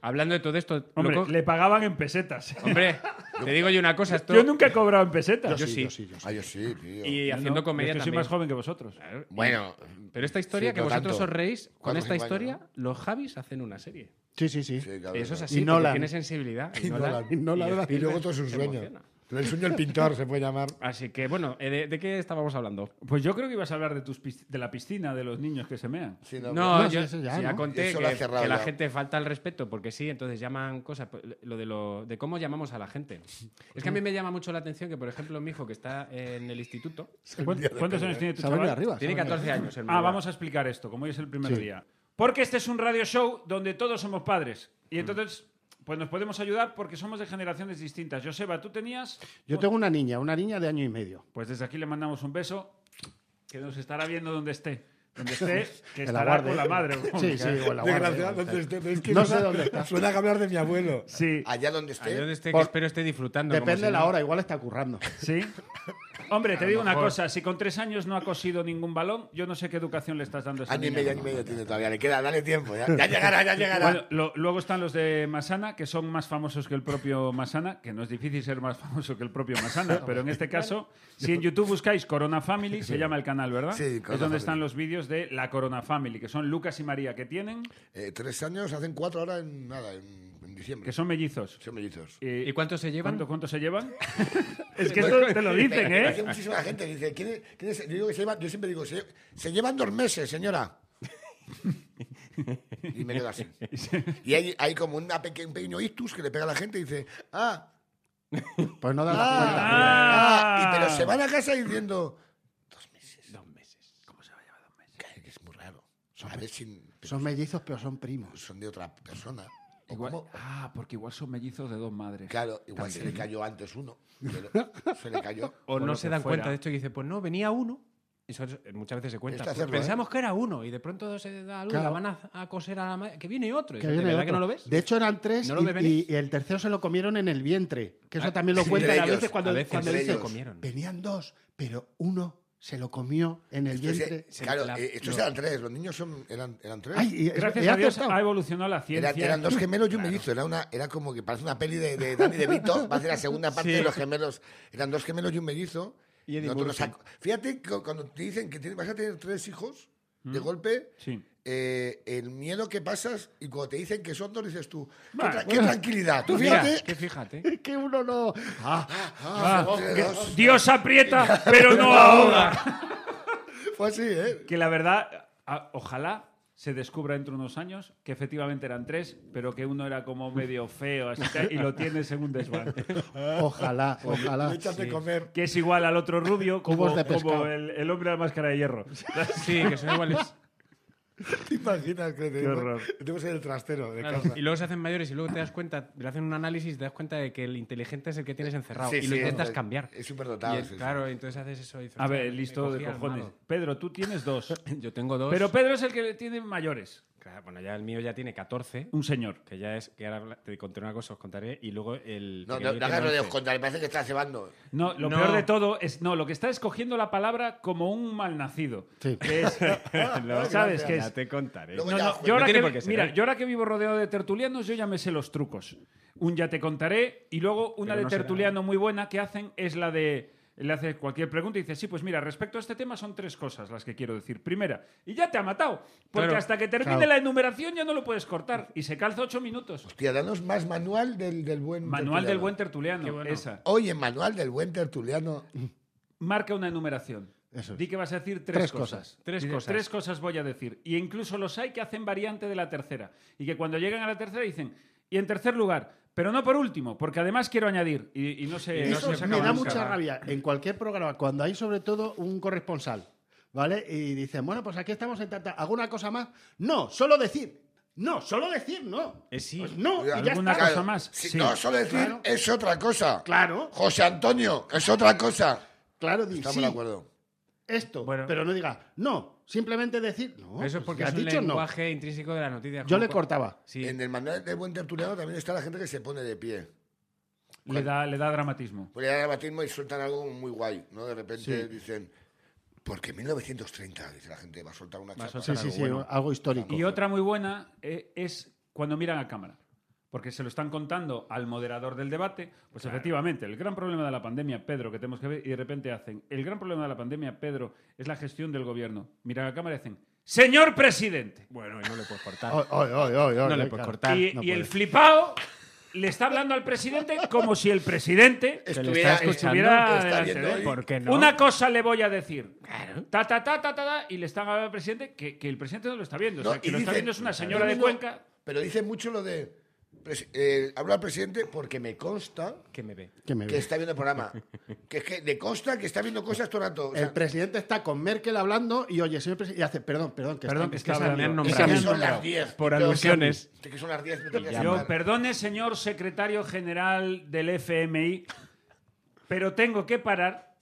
Hablando de todo esto, lo
Hombre,
co-
le pagaban en pesetas.
hombre, te digo yo una cosa. Esto,
Yo nunca he cobrado en pesetas.
Yo sí.
Ah, yo sí, tío.
Y haciendo
No,
comedia
es que soy
también.
más joven que vosotros.
Bueno,
Pero esta historia,
Sí,
que
no
vosotros
tanto.
os reís, con
Cuatro,
esta
cinco años,
historia, los Javis hacen una serie.
Sí, sí, sí.
sí, claro,
Eso es
claro.
así,
Y
porque
Nolan.
tiene sensibilidad.
Y Nolan, y Nolan.
Spielberg
Y luego todo es un
se
sueño.
emociona.
El sueño del pintor se puede llamar.
Así que, bueno, eh, ¿de, de qué estábamos hablando?
Pues yo creo que ibas a hablar de, tus pisc- de la piscina, de los niños que se mean.
Sí,
No,
no,
yo
sí, eso ya,
sí, ya
¿no?
conté
Eso
que,
lo ha cerrado
que la
ya.
gente falta al respeto, porque sí, entonces llaman cosas, pues, lo de, lo, de cómo llamamos a la gente. Es que a mí me llama mucho la atención que, por ejemplo, mi hijo que está en el instituto,
¿Cuántos, cuántos años tiene tu
Se ha venido
chaval?
arriba. se
tiene
ha venido
14 años. ¿eh? el
Ah,
mayor.
vamos a explicar esto, como hoy es el primer día. Porque este es un radio show donde todos somos padres.
Mm.
Y entonces, pues nos podemos ayudar porque somos de generaciones distintas. Joseba, tú tenías...
arriba. Yo tengo una niña, una niña de año y medio.
Pues desde aquí le mandamos un beso, que nos estará viendo donde esté. Donde esté, que
En la
estará
guardia.
con la madre.
Sí, sí, o en la guardia, o en
Desgraciado,
tal.
es que- es que
No
suena-
sé dónde está.
Suena que hablar de mi abuelo.
Sí,
Ahí
Allá donde
donde
esté.
esté, este que
Por-
espero esté disfrutando. como
Depende
si
de la
no.
hora, igual está currando.
sí. Hombre, te digo una
mejor.
cosa. Si con tres años no ha cosido ningún balón, yo no sé qué educación le estás dando a esa
Año y
niña.
medio, año y medio tiene todavía. Le queda, dale tiempo. Ya, ya llegará, ya llegará.
Bueno, lo- luego están los de Masana, que son más famosos que el propio Masana, que no es difícil ser más famoso que el propio Masana, pero en este caso, si en YouTube buscáis Corona Family, se llama el canal, ¿verdad?
Sí,
es
Corona
donde
Family.
están los vídeos de la Corona Family, que son Lucas y María, que tienen,
Eh, tres años, hacen cuatro ahora en nada, en, en diciembre.
que son mellizos.
Son mellizos.
Eh,
¿Y cuántos se llevan?
¿Cuánto, cuánto se llevan? es que esto te lo dicen,
Pero Hay
¿eh?
muchísima gente que dice, ¿quién es- quién es? Yo, digo que se lleva- yo siempre digo, se, se llevan dos meses, señora. y me quedo así. Y hay, hay como una peque- un pequeño ictus que le pega a la gente y dice, ah,
Pues no da la
ah,
Ah.
y pero se van a casa diciendo,
Dos meses. ¿Cómo se va a llevar dos meses?
"Cae, que es muy raro. A ver si
Son mellizos, pero son primos.
son de otra persona. O como-
ah, porque igual son mellizos de dos madres.
claro,
¿Ah,
igual se le cayó antes uno, pero se le cayó.
O
Por
no
lo
se
que
dan
fuera.
cuenta de esto y dice, pues no, venía uno. Eso es- muchas veces se cuenta.
Esto
Pues
hacerlo,
pensamos que era uno y de pronto se da luz,
¿eh? Claro.
la van a, a coser a la madre. Que viene otro.
Que
¿De
viene
verdad
otro.
que no lo ves?
De hecho, eran tres
¿No lo
y-
ves
y,
venir?
y el tercero se lo comieron en el vientre. Que eso
Ah,
también lo
sí,
cuentan
entre
a
ellos,
veces cuando,
a veces
cuando
entre
dicen,
ellos.
comieron.
venían dos, pero uno se lo comió en el vientre.
Entonces, claro,
la-
eh, estos
lo-
eran tres, los niños son, eran, eran tres.
Ay, y-
Gracias
he
a Dios
acertado.
ha evolucionado la
Era-
ciencia.
eran dos gemelos y un mellizo. Era, una, era como que parece una peli de, de Danny DeVito. Va a ser la segunda parte de los gemelos. Eran dos gemelos y un mellizo.
Y Eddie
Nosotros
Murphy.
sac- Fíjate que cuando te dicen que tienes- vas a tener tres hijos
Mm.
de golpe,
Sí.
eh, el miedo que pasas y cuando te dicen que son dos, dices tú, qué,
Vale,
tra- qué tranquilidad. Tú
pues Mira,
fíjate.
que fíjate.
que uno no. Ah,
Ah,
son tres,
que
dos.
Dios aprieta, pero no ahoga.
Fue así, ¿eh?
Que la verdad, a- ojalá se descubra dentro de unos años que efectivamente eran tres, pero que uno era como medio feo así, tal, y lo tienes en un desván.
Ojalá, ojalá.
Le echas de comer.
Que es igual al otro rubio como,
Cubos de pescado.
como el, el hombre de la máscara de hierro.
Sí, que son iguales.
¿Te imaginas que
horror.
tenemos, tenemos en el trastero de
Claro,
casa?
Y luego se hacen mayores y luego te das cuenta, le hacen un análisis y te das cuenta de que el inteligente es el que tienes encerrado
Sí,
y lo
sí,
intentas
es-
cambiar.
Es
Y
superdotado.
el-
sí, sí.
claro, entonces haces eso. y dices,
A ver,
"Hostia,
listo
me
de
cogí
cojones.
armado".
Pedro, tú tienes dos.
Yo tengo dos.
Pero Pedro es el que tiene mayores.
Claro, bueno, ya el mío ya tiene 14,
Un señor.
que ya es. Que ahora te conté una cosa, os contaré. Y luego el.
No,
pequeño
no, no hagas
tiene
rodeos
11.
contra, me parece que estás cebando.
No, lo
No.
peor de todo es. No, lo que está escogiendo la palabra como un malnacido.
Sí.
Que es- ¿Sabes qué
Ya
es?
te contaré.
Luego
No,
ya,
no,
joder,
yo ahora
no tiene
que-
por qué ser,
mira,
¿eh?
yo ahora que vivo rodeado de tertulianos, yo ya me sé los trucos. Un ya te contaré y luego una
Pero
de
no será- ¿eh?
tertuliano muy buena que hacen es la de le haces cualquier pregunta y dices, sí, pues mira, respecto a este tema son tres cosas las que quiero decir. Primera, y ya te ha matado, porque
Claro.
hasta que termine
Claro.
la enumeración ya no lo puedes cortar y se calza ocho minutos.
Hostia, danos más manual del, del buen
Manual del
tertuliano.
buen tertuliano, esa.
Hoy en Manual del buen tertuliano.
Marca una enumeración.
Eso es.
Di que vas a decir tres,
Tres
cosas.
cosas.
Tres
Dices,
cosas.
Tres cosas voy a decir. Y incluso los hay que hacen variante de la tercera. Y que cuando llegan a la tercera dicen, y en tercer lugar, pero no por último, porque además quiero añadir. Y, y no sé. no
Eso
se acaba
me da
nunca.
mucha rabia en cualquier programa, cuando hay sobre todo un corresponsal, ¿vale? Y dicen, bueno, pues aquí estamos en tanta. ¿Alguna cosa más? No, solo decir. No, solo decir no.
Eh, sí.
Pues no, y ya
¿Alguna
está.
cosa más?
Si
Sí.
no solo decir
Claro.
es otra cosa.
Claro,
José Antonio, es otra cosa.
claro, di,
Estamos
sí,
de acuerdo.
esto,
Bueno.
pero no diga no, simplemente decir no.
Eso es
pues
porque
ya
es
has
un
dicho no.
lenguaje intrínseco de la noticia.
Yo
como
le
cua-
cortaba.
Sí.
En el Manual del buen tertuliano también está la gente que se pone de pie.
Le da, le da dramatismo.
Porque ya batismo y sueltan algo muy guay, ¿no? De repente dicen, porque en 1930, dice la gente, va a soltar una
Va a
chapa.
soltar
Sí, sí, sí, algo histórico.
Y otra muy buena eh, es cuando miran a cámara. Porque se lo están contando al moderador del debate. Pues efectivamente, el gran problema de la pandemia, Pedro, que tenemos que ver, y de repente hacen, el gran problema de la pandemia, Pedro, es la gestión del gobierno. Miran a cámara y hacen, señor presidente.
Bueno, y no le puedes cortar.
Oh,
Oy, oy, oy, oy,
no
oy,
le puedes
oy, claro.
cortar.
Y,
no
y el
puedes.
flipado le está hablando al presidente como si el presidente
le
Estuviera-
está escuchando.
estuviera ¿eh?
Está
delante
viendo
de él.
ahí.
¿Por qué no?
Una cosa le voy a decir. Ta, ta, ta, ta, ta, ta, y le están hablando al presidente que, que el presidente no lo está viendo. o
No,
sea, que
y
lo está
dicen-
viendo es una señora de
No, no, no,
Cuenca.
Pero dice mucho lo de. pres- eh, hablo al presidente porque me consta
Que me ve.
Que me
que
ve.
está viendo el programa. que es que le consta que está viendo cosas todo el rato. O sea,
El presidente está con Merkel hablando y oye, señor presidente, y hace, perdón, perdón, que
Perdón,
está-
que
es
está
a mí,
hablando.
es
es
a
que
mí.
son las 10.
Por
Entonces,
alusiones.
Es que son las 10. me tengo que
Ya,
Yo,
llamar.
perdone, señor secretario general del FMI, pero tengo que parar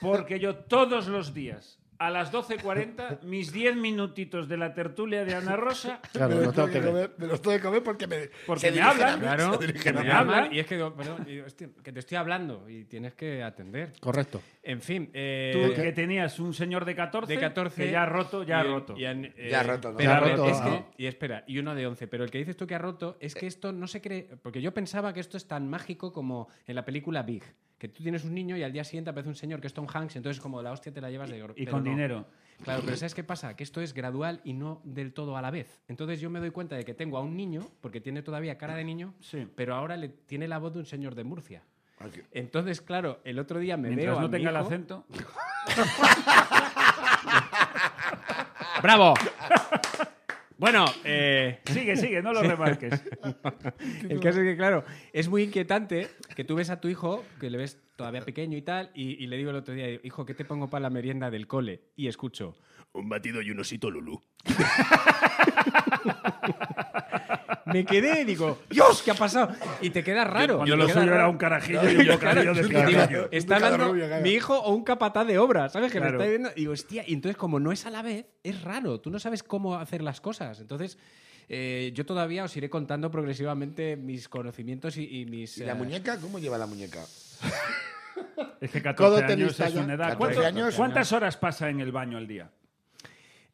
porque yo todos los días, a las 12.40, mis 10 minutitos de la tertulia de Ana Rosa
Claro,
me,
lo
los
tengo
tengo
que
que
ver.
comer, me los tengo que comer porque me.
Porque
se
me
dirigen
hablan,
a mí,
Claro,
se
que
dirigen a
me
mí.
hablan
hablan.
y es que digo, perdón, y digo, hostia, que te estoy hablando y tienes que atender.
Correcto.
En fin, eh,
Tú que tenías un señor de 14,
de 14
que ya ha roto, ya ha
y-
roto.
y han, eh,
Ya ha roto, ¿no?
pero
Ya ha
a ver,
roto,
es que-
¿no?
y espera, y uno de 11, pero el que dices tú que ha roto es que esto no se cree, porque yo pensaba que esto es tan mágico como en la película Big, que tú tienes un niño y al día siguiente aparece un señor que es Tom Hanks, entonces como la hostia te la llevas de
y
pero
con
no.
dinero.
Claro, pero ¿sabes qué pasa? Que esto es gradual y no del todo a la vez. Entonces yo me doy cuenta de que tengo a un niño, porque tiene todavía cara de niño,
Sí.
pero ahora le tiene la voz de un señor de Murcia.
Ay, que-
Entonces, claro, el otro día me
Mientras
veo a
no
mi
tenga el
hijo-
acento.
¡Bravo! bueno, eh,
Sigue, sigue, no lo remarques.
el caso es que, claro, es muy inquietante que tú ves a tu hijo, que le ves todavía pequeño y tal, y, y le digo el otro día, hijo, ¿qué te pongo para la merienda del cole? Y escucho,
Un batido y un osito Lulú.
me quedé, digo, Dios, ¿qué ha pasado? Y te queda raro.
Cuando
te
lo
queda
suyo era
raro.
un carajillo y un bocadillo de
Digo,
picaño.
está
Un
hablando
cagarrubia, claro.
mi hijo o un capataz de obra, ¿sabes? Que
Claro.
me está viendo. Digo, hostia, y entonces como no es a la vez, es raro. Tú no sabes cómo hacer las cosas. Entonces, eh, yo todavía os iré contando progresivamente mis conocimientos y, y mis...
¿Y la
eh,
muñeca? ¿Cómo lleva la muñeca?
Es que
Codo
14 años
tenista
es
ya.
una edad.
14
¿Cuánto-
años.
¿Cuántas horas pasa en el baño al día?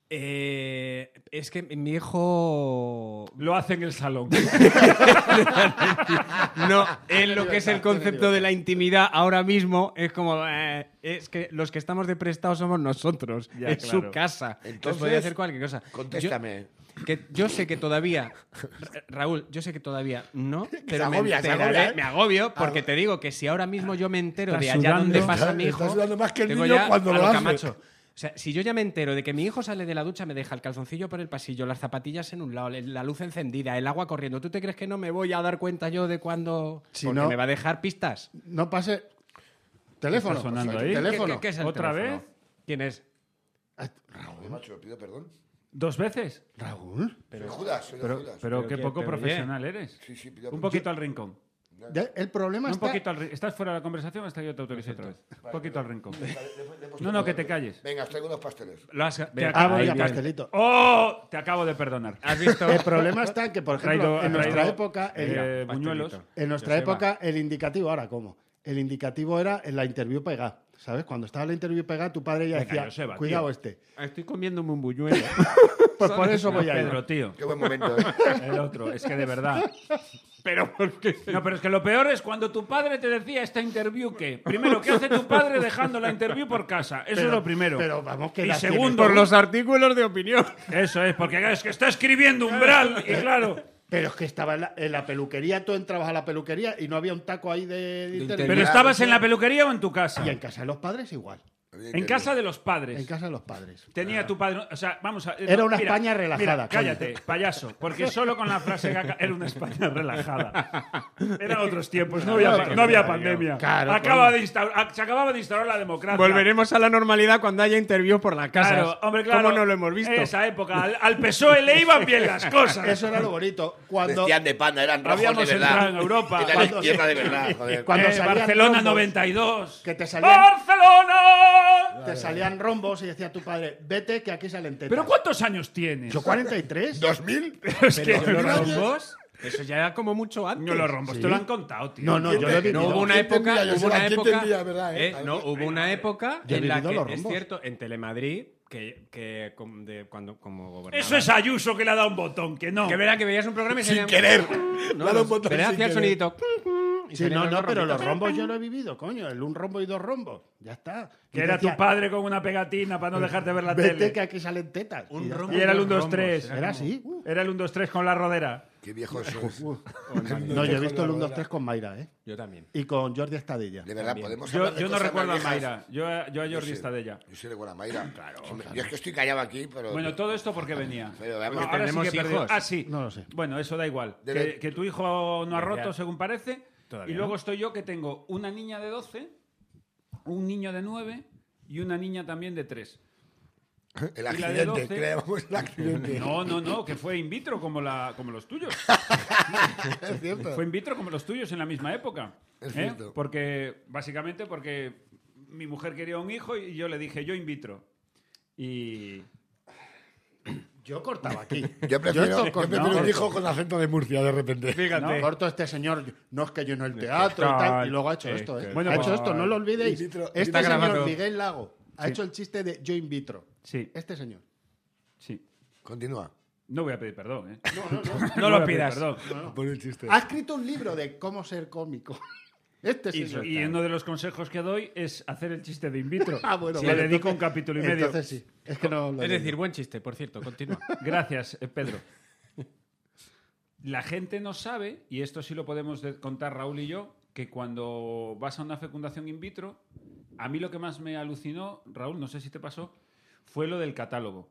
eh, es que mi hijo...
Lo hace en el salón.
No, en lo que es el concepto de la intimidad ahora mismo es como... eh, es que los que estamos de prestado somos nosotros.
Ya,
es
claro.
su casa. Entonces...
Entonces,
Podría hacer cualquier cosa. Yo-
Contéstame.
Que yo sé que todavía, Ra- Raúl, yo sé que todavía no, pero
agobia,
me,
se
enteraré-
agobia, ¿eh?
me agobio porque te digo que si ahora mismo yo me entero
Está
de allá
sudando.
donde pasa
Está-
mi
está
hijo,
sudando más que el
tengo
niño
ya
cuando
a
lo
lo
hace.
Camacho. O sea, si yo ya me entero de que mi hijo sale de la ducha, me deja el calzoncillo por el pasillo, las zapatillas en un lado, la luz encendida, el agua corriendo, ¿tú te crees que no me voy a dar cuenta yo de cuándo?
Si
Porque
no-
me va a dejar pistas.
No pase. Teléfono.
Está sonando
o sea,
ahí.
Teléfono.
¿Qué- qué- qué es el
¿Otra
teléfono?
vez?
¿Quién es?
Joder, macho, pido perdón.
¿Dos veces?
Pues Raúl.
Soy Judas, soy
Pero,
Judas.
pero
Pero
qué
qué-
poco
pero oye.
profesional eres.
Sí, sí, pido
Un
perdón.
poquito al rincón.
Ya, el problema
Un
está.
poquito al ri- Estás fuera de la conversación hasta que yo te autorice otra vez. Un poquito al rincón.
Yo- le- le- le he puesto
No, no, que
todo.
te calles.
Venga, os traigo unos pasteles.
Lo has,
Te
Mira,
Ah,
acabo-
voy
ahí
a
viene.
pastelito.
¡Oh! Te acabo de perdonar.
¿Has visto?
El problema está en que, por ejemplo,
Traído-
en nuestra
traído,
época, el-
eh, buñuelos.
en nuestra
Joseba.
época, el indicativo, ahora cómo, el indicativo era en la interview pegada. ¿Sabes? Cuando estaba la interview pegada, tu padre ya
Venga,
decía,
Joseba,
cuidado
tío".
este.
Estoy comiéndome un buñuelo.
Pues por eso voy a ir.
Pedro, tío.
Qué buen momento, ¿eh?
El otro, es que de verdad. Pero No, pero es que lo peor es cuando tu padre te decía esta interview que primero ¿qué hace tu padre dejando la interview por casa. Eso es lo primero.
pero vamos, que
y
las tiene
segundo,
todas.
los
artículos de opinión.
Eso es, porque es que está escribiendo umbral y claro.
Pero es que estaba en la, en la peluquería, tú entrabas a la peluquería y no había un taco ahí de, de internet.
Pero estabas en la peluquería o en tu casa.
Y en casa de los padres igual.
En casa de los
En
padres.
casa de los padres.
Tenía tu padre. O sea, vamos a.
Ah. Era una España relajada,
mira, cállate, payaso. Porque solo con la frase que aca- Era una España relajada. Eran otros tiempos, no había, pa- no había pandemia.
Claro,
Acaba de instaur- a- se acababa de instaurar la democracia.
Volveremos a la normalidad cuando haya interviews por la casa.
Claro, hombre, claro.
¿Cómo no lo hemos visto?
Esa época. Al, al PSOE E le iban bien las cosas.
Eso era lo bonito. Cuando,
Vestían de panda, eran rojos de
Habíamos entrado en
verdad.
Europa.
Eran
Cuando-
izquierda de verdad, joder.
cuando
Eh,
salían
Barcelona
rombos,
92.
Que te salían-
¡Barcelona!
Te salían rombos y decía tu padre, vete que aquí salen tetas.
¿Pero cuántos años tienes?
Yo 43.
¿2000?
Es que-
Pero yo los rombos, eso ya era como mucho antes.
No lo rompo, te lo han contado, tío.
No, no, yo lo he
No
vivido.
hubo una
¿Quién
época,
tendría,
hubo
Joseba?
una
¿Quién
época,
tendría, verdad, eh?
eh, no, hubo una época
Yo he
en la
vivido
que
los
es
rombos.
cierto en Telemadrid que, que com- de- cuando como gobernaba-
Eso es Ayuso que le ha dado un botón, que no.
que verá que veías un programa y
Sin
salía-
querer.
No,
Dale
no,
un botón
verá,
sin
hacía el
querer.
sonidito. y
Sí,
salían
no, no, pero los
rombitos.
rombos yo lo he vivido, coño. El un rombo y dos rombos. Ya está.
que
Y
era
decía,
tu padre con una pegatina para no dejarte ver la
Vete
tele.
que aquí salen tetas.
Un
Y ya
rombo
Y era el
Los
1, 2,
rombos,
3.
está. Era así. Uh.
Era el 1, 2, 3 con la rodera.
Qué viejo sois.
No, yo he visto el 1, 2, 3 con Mayra, ¿eh?
Yo también.
Y con Jordi Estadella.
De verdad, podemos hablar
Yo,
de
yo no
cosas
recuerdo a
más viejas?
Mayra. Yo, a- yo a Jordi
sí.
está de ella.
Yo sí recuerdo a Mayra. Claro. Yo es que estoy callado aquí, pero...
Bueno, todo esto porque venía.
Pero vamos,
ahora
tenemos
sí que he perdido.
hijos.
Ah, sí.
No lo sé.
Bueno, eso da igual.
Debe-
Que, que tu hijo no ha roto, según parece.
Todavía
y luego estoy yo que tengo una niña de 12, un niño de 9 y una niña también de 3.
El
de
accidente,
12.
creamos el accidente.
No, no, no, que fue in vitro como, la, como los tuyos.
Es cierto.
Fue in vitro como los tuyos en la misma época.
Es
¿eh?
cierto.
Porque, básicamente, porque mi mujer quería un hijo y yo le dije, yo in vitro. Y.
Yo cortaba aquí.
Yo prefiero,
esto
yo
corto,
prefiero
no,
un hijo
corto.
con acento de Murcia, de repente.
No, corto a este señor, no es que yo no el teatro y tal, y luego ha hecho
Es
esto,
que-
¿eh?
Bueno,
ha hecho
pues-
esto, no lo olvidéis.
In vitro-
Este
Está
señor,
grabado.
Miguel Lago, ha hecho el chiste de yo in vitro.
Sí,
Este señor.
sí.
Continúa.
No voy a pedir perdón, ¿eh? No, voy
No lo
a pedir
pidas.
perdón.
Por un chiste.
Ha escrito un libro de cómo ser cómico. Este
Y,
señor.
y uno de los consejos que doy es hacer el chiste de in vitro.
Ah, bueno,
Le
vale,
dedico
entonces-
un capítulo y medio.
Entonces sí. Es que no lo he
Es decir,
leído.
buen chiste, por cierto, continúa.
Gracias, eh, Pedro. La gente no sabe, y esto sí lo podemos de- contar Raúl y yo, que cuando vas a una fecundación in vitro, a mí lo que más me alucinó, Raúl, no sé si te pasó, fue lo del catálogo.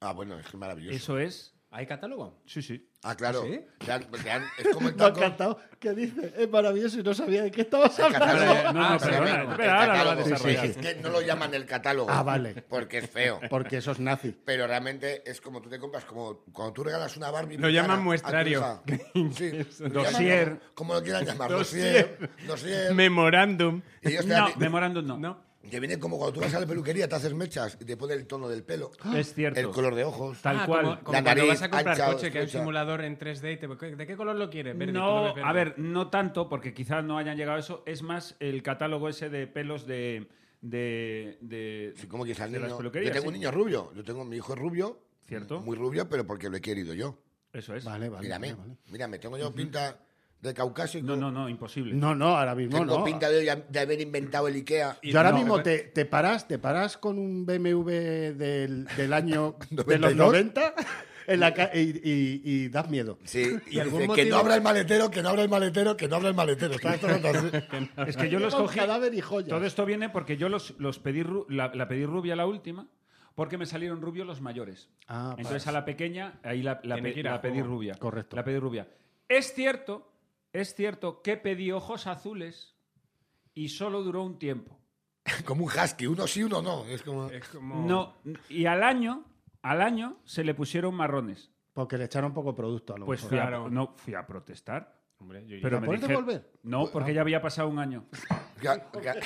Ah, bueno, es que maravilloso.
Eso es.
¿Hay catálogo?
Sí, sí.
Ah, claro.
¿Sí?
Te han- te han- es como el
Me ha
taco.
encantado. ¿Qué dice? Es maravilloso y no sabía de qué estabas
El
hablando.
catálogo.
No, no,
Ah,
perdona,
perdona,
espera, ahora lo
el
va a
catálogo.
desarrollar.
Es que no lo llaman el catálogo.
Ah, vale.
Porque es feo.
Porque eso es nazi.
Pero realmente es como tú te compras, como cuando tú regalas una Barbie.
Lo
mexicana
llaman
a tu
muestrario.
hija. Sí. Lo llaman
Dossier.
Como, como lo quieran llamar. Dosier. Dosier.
Memorándum.
Y ellos te,
No,
dan-
memorándum no.
No.
te vienen como cuando tú vas a la peluquería, te haces mechas y te pone el tono del pelo.
Ah, Es cierto.
El color de ojos.
Tal
Ah,
cual.
Como, como
La
cuando
nariz,
vas a comprar
ancha,
coche que hay un
estrecha.
simulador en 3D y te- ¿De qué color lo quieres? Verde,
Eh,
color
No,
verde.
a ver, no tanto, porque quizás no hayan llegado a eso. Es más el catálogo ese de pelos de. de, de-
Sí, como quizás
de
niño.
las
Yo
peluquerías.
tengo
sí.
un niño rubio. Yo tengo mi hijo es rubio.
Cierto.
Muy rubio, pero porque lo he querido yo.
Eso es.
Vale, vale.
mírame,
vale, vale.
mírame, tengo yo pinta de caucásico.
No, no, no, imposible.
No, no, ahora mismo
Tengo
no.
pinta de, de haber inventado el Ikea.
Yo ahora
No,
mismo
eh,
pero-
te, te paras, te paras con un BMW del, del año de los
92.
90 en la ca- y, y- y das miedo.
Sí, y dice,
algún
que
motivo-
no abra el maletero, que no abra el maletero, que no abra el maletero. Estaba todo el rato así.
Es que yo los
Con
cogí.
cadáver y joyas.
Todo esto viene porque yo los, los pedí ru- la, la pedí rubia la última porque me salieron rubios los mayores.
Ah,
Entonces a la pequeña ahí la, la
Tiene
pe-
que ir a
la pedí
juego.
rubia.
Correcto.
La pedí rubia. Es cierto, es cierto que pedí ojos azules y solo duró un tiempo.
Como un husky, uno sí, uno no. Es
Eh.
como...
Es como-
No, y al año, al año se le pusieron marrones.
Porque le echaron poco producto a lo
Pues
mejor.
fui a-
Claro.
no fui a protestar.
Hombre, yo
Pero
¿La
me
puedes
dije-
devolver?
No,
Pues, ah.
porque ya había pasado un año.
Ga- ga-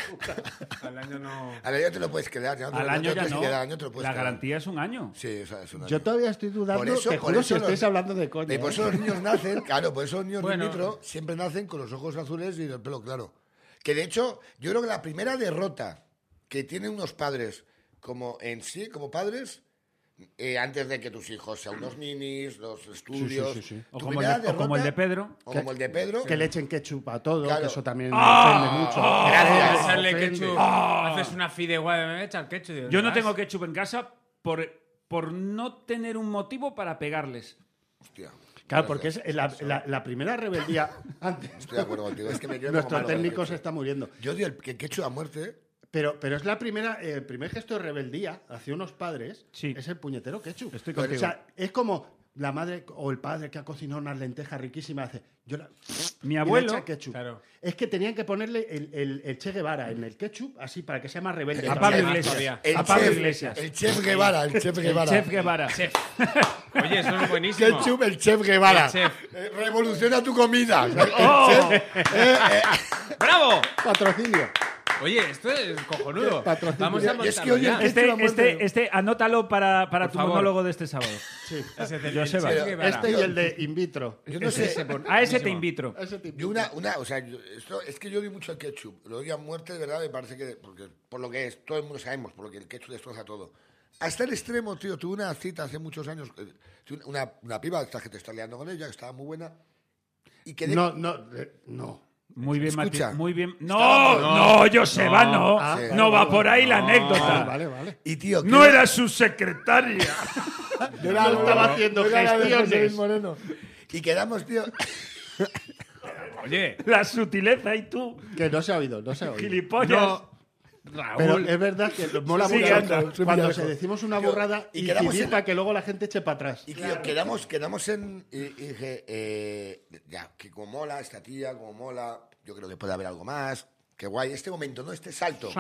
al año no.
Al año te lo puedes quedar. Ya no te
Al
lo-
año ya
te lo
no.
quieres quedar, al año te lo puedes
La
quedar.
garantía es un año.
Sí, o sea, es una.
Yo todavía estoy dudando,
Por eso-
te
por
juro
eso
si
los-
estáis hablando de coña.
Y por
¿eh?
eso los niños nacen, claro, por eso los niños
Bueno.
de nitro siempre nacen con los ojos azules y el pelo claro. Que de hecho, yo creo que la primera derrota que tienen unos padres como en sí, como padres, eh, antes de que tus hijos sean unos ninis, los estudios,
sí, sí.
O
tu
como, el
primera
de, o como el de
derrota-
Pedro.
o como el de Pedro,
Que le echen ketchup a todo,
Claro. Ah.
que eso también
¡Ah!
ofende mucho.
gracias.
Ofende,
Echarle
ofende.
ketchup. Haces una fideuá de me voy a echar ketchup. ¿De
Yo no
dónde
tengo
vas?
ketchup en casa por, por no tener un motivo para pegarles.
hostia,
Claro, porque es la, la- la primera rebeldía antes.
estoy de acuerdo contigo, es que me llueve como
Nuestro
malo con el
técnico se
ketchup.
está muriendo.
Yo odio el que quechu a muerte,
Pero, pero es la primera, eh, el primer gesto de rebeldía hacia unos padres
Sí.
es el puñetero ketchup.
Estoy
O
contigo.
sea, es como la madre o el padre que ha cocinado unas lentejas riquísimas hace. Yo la- y
Mi
le
abuelo,
echa ketchup.
claro.
Es que tenían que ponerle el, el- el Che Guevara en el ketchup así para que sea más rebelde.
a Pablo
chef-
Iglesias.
el
a Pablo
chef,
Iglesias.
el chef Guevara, el chef
El
Guevara.
chef Guevara.
Oye, eso es buenísimo.
Ketchup, el chef Guevara.
El chef.
Eh, Revoluciona tu comida.
¡Bravo!
Patrocinio.
Oye, esto es cojonudo.
Patrocinio.
Vamos a
Y es que,
montarlo
oye,
ya.
es
Este,
Ketchup a muerte.
este, este, anótalo para, para
Por
tu
favor.
monólogo de este sábado.
Ese es el-
Joseba.
el Che Guevara.
Este y el de in vitro.
Yo no sé.
A ese te invito.
Ese tipo.
Yo una, una, o sea, yo- esto, es que yo odio mucho el ketchup. Lo odio a muerte, de verdad, me parece que, porque, por lo que es, todo el mundo sabemos, por lo que el ketchup destroza todo. Hasta el extremo, tío, tuve una cita hace muchos años, eh, tuve una, una piba, esta que te está liando con ella, que estaba muy buena, y quedé...
No, no, eh, no.
Muy bien, Mati.
Escucha.
Muy bien.
Estaba-
No, no, Joseba, no. no
Ah, vale,
va
vale,
por ahí la
no.
anécdota.
Vale, vale, vale.
Y tío,
No
quedé-
era su secretaria.
No era-
No estaba haciendo
no era la de José Luis
gestiones.
Moreno. Y quedamos, tío,
Oye,
La sutileza y tú,
Que no se ha oído, no se ha oído.
gilipollas.
No.
Pero es verdad que mola
Sigue,
mucho
anda,
soy
cuando
villarejo.
se decimos una
Yo-
borrada
y
y,
quedamos
incidir
en-
para que luego la gente eche para atrás.
Y que- quedamos, quedamos en. Y, y dije, eh, ya, que como mola esta tía, como mola, yo creo que puede haber algo más. Qué guay. Este momento, ¿no? Este salto.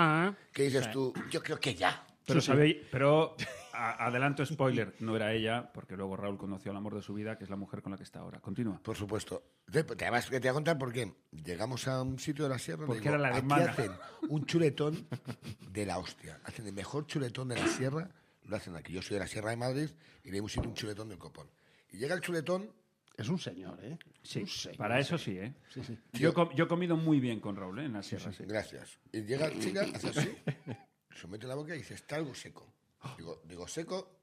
Que dices tú, yo creo que ya.
Pero, sabéis- pero a- adelanto spoiler, no era ella, porque luego Raúl conoció al amor de su vida, que es la mujer con la que está ahora. Continúa.
Por supuesto. Te, te vas- te voy a contar por qué. Llegamos a un sitio de la sierra. le
Porque
digo,
era la
"Aquí
hermana".
hacen un chuletón de la hostia. Hacen el mejor chuletón de la sierra, lo hacen aquí. Yo soy de la Sierra de Madrid y le hemos sitio un chuletón del copón. Y llega el chuletón
Es un señor, ¿eh?
Sí, para eso sí, ¿eh? Yo, he com- yo he comido muy bien con Raúl ¿eh? en la sierra. sí.
Gracias. Y llega la chica, hace así, se mete la boca y dice, está algo seco. Digo, digo seco,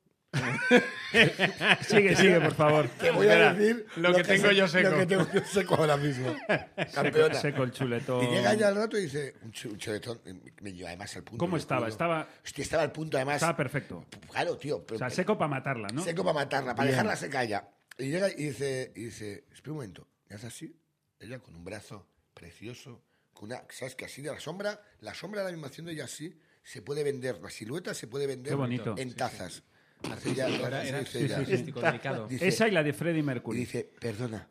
Sigue, sigue, por favor.
te voy a decir
lo que tengo
se-
yo seco.
Lo que tengo yo seco ahora mismo. Campeona.
Seco el chuletón.
Y llega ya al rato y dice, un, chu- un chuletón, y me lleva además al punto.
¿Cómo
del
estaba?
culo.
Estaba,
Hostia, estaba al punto, además.
estaba perfecto.
Claro, tío. Pero,
O sea, seco para matarla, ¿no?
Seco para matarla, para dejarla seca ya. Y llega y dice, y dice, espera un momento, y hace así, ella con un brazo precioso, con una, ¿sabes que Así de la sombra, la sombra de la animación de ella así, se puede vender, la silueta se puede vender
Qué bonito.
en tazas. Hace ella,
era, era
dice ella,
artístico, delicado.
dice-
Esa y la de Freddie
y
Mercury.
dice, perdona.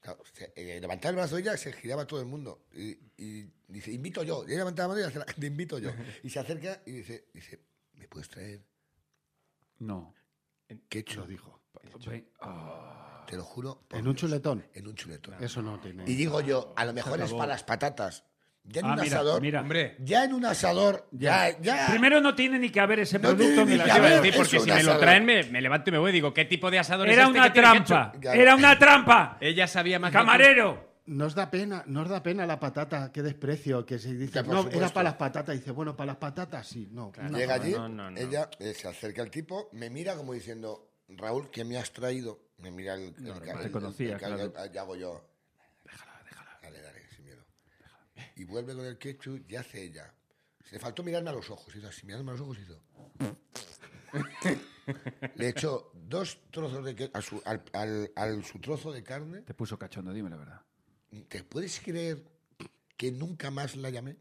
Claro, o sea, eh, levantaba el brazo ella, se giraba todo el mundo. Y, y dice, invito yo. Y ella levantaba la mano y hace la gente, invito yo. Y se acerca y dice, dice ¿me puedes traer
No.
ketchup?
Ve- ah.
Te lo juro. por
En un
Dios.
chuletón.
en un chuleto.
Eso no tiene.
Y digo yo, a lo mejor es para las patatas. Ya en
Ah,
un
mira,
asador.
mira.
Hombre,
Ya en un asador. Ya, ya.
Primero no tiene ni que haber ese
No
producto
tiene
en
ni
la
que
te iba a
sierra.
haber.
decir, porque
eso,
si
un
me lo
asado.
traen, me, me levanto y me voy. Digo, ¿qué tipo de asador es
Era
este que
una
tiene
trampa.
ketchup?
Claro.
Era una
Eh,
trampa.
Ella sabía más que tú.
Camarero.
Nos da pena, nos da pena la patata, qué desprecio, que se dice,
Ya, por
no, era
supuesto.
para las patatas, y dice, bueno, para las patatas sí, no. no.
Llega allí,
no, no, no.
ella eh, se acerca al tipo, me mira como diciendo, Raúl, ¿qué me has traído? Me mira el, el, ca-
te
el- el-
conocía,
el- el-
claro.
y hago yo. Déjala, déjala. Dale, dale, sin miedo. Y vuelve con el ketchup y hace ella. Se le faltó mirarme a los ojos, hizo así, mirarme a los ojos hizo. le echó dos trozos de queso a su, al, al- al su trozo de carne.
Te puso cachondo, dime la verdad.
¿Te puedes creer que nunca más la llamé?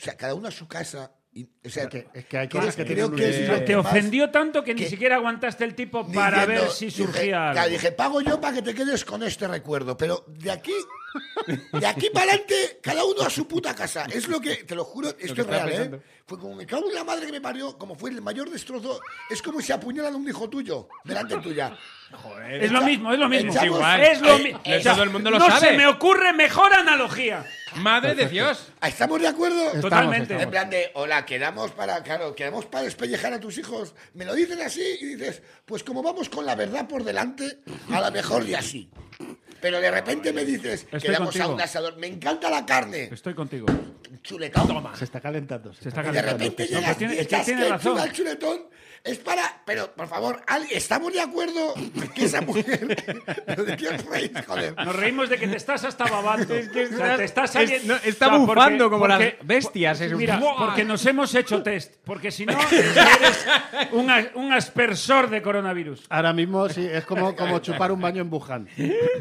O sea, cada uno a su casa. y- o sea,
que- es que hay
creo-
cosas que
creo
tienen
que
un
es
límite.
lo
Eh,
Te
que más-
ofendió tanto que ni
que-
siquiera aguantaste el tipo para
diciendo-
ver si surgía
dije,
algo.
claro, dije, pago yo para que te quedes con este recuerdo, pero de aquí, de aquí para adelante, cada uno a su puta casa. Es lo que, te lo juro, esto es
estaba
real,
pensando.
¿eh? Fue como, me cago en la madre que me parió, como fue el mayor destrozo. Es como si apuñalan a un hijo tuyo, delante tuya.
Es lo mismo, es lo mismo.
Echamos-
igual.
Es lo
Eh,
mismo.
eh, todo el mundo lo
no
sabe.
se me ocurre mejor analogía.
¡Madre de Dios!
¿Estamos de acuerdo?
Totalmente.
En plan de, hola, quedamos para, claro, quedamos para despellejar a tus hijos. Me lo dicen así y dices, pues como vamos con la verdad por delante, a lo mejor y así. Pero de repente me dices,
Estoy
quedamos a
contigo.
un asador, me encanta la carne,
Estoy contigo.
chuletón.
Se está calentando. se
Se está
Y de
calentando.
repente
No,
llegas
pues
y
tiene- es que
estás
tiene
que
razón.
chupa el chuletón. Es para, pero por favor, Ali, estamos de acuerdo que esa mujer. ¿Pero ¿De qué os reís, joder?
Nos reímos de que te estás hasta babando. O sea, te estás
es-
saliendo-
no, está bufando como las bestias, es un-
mira,
¡Buah!
porque nos hemos hecho test. Porque si no, eres un, as- un aspersor de coronavirus.
Ahora mismo sí, es como, como chupar un baño en Wuhan.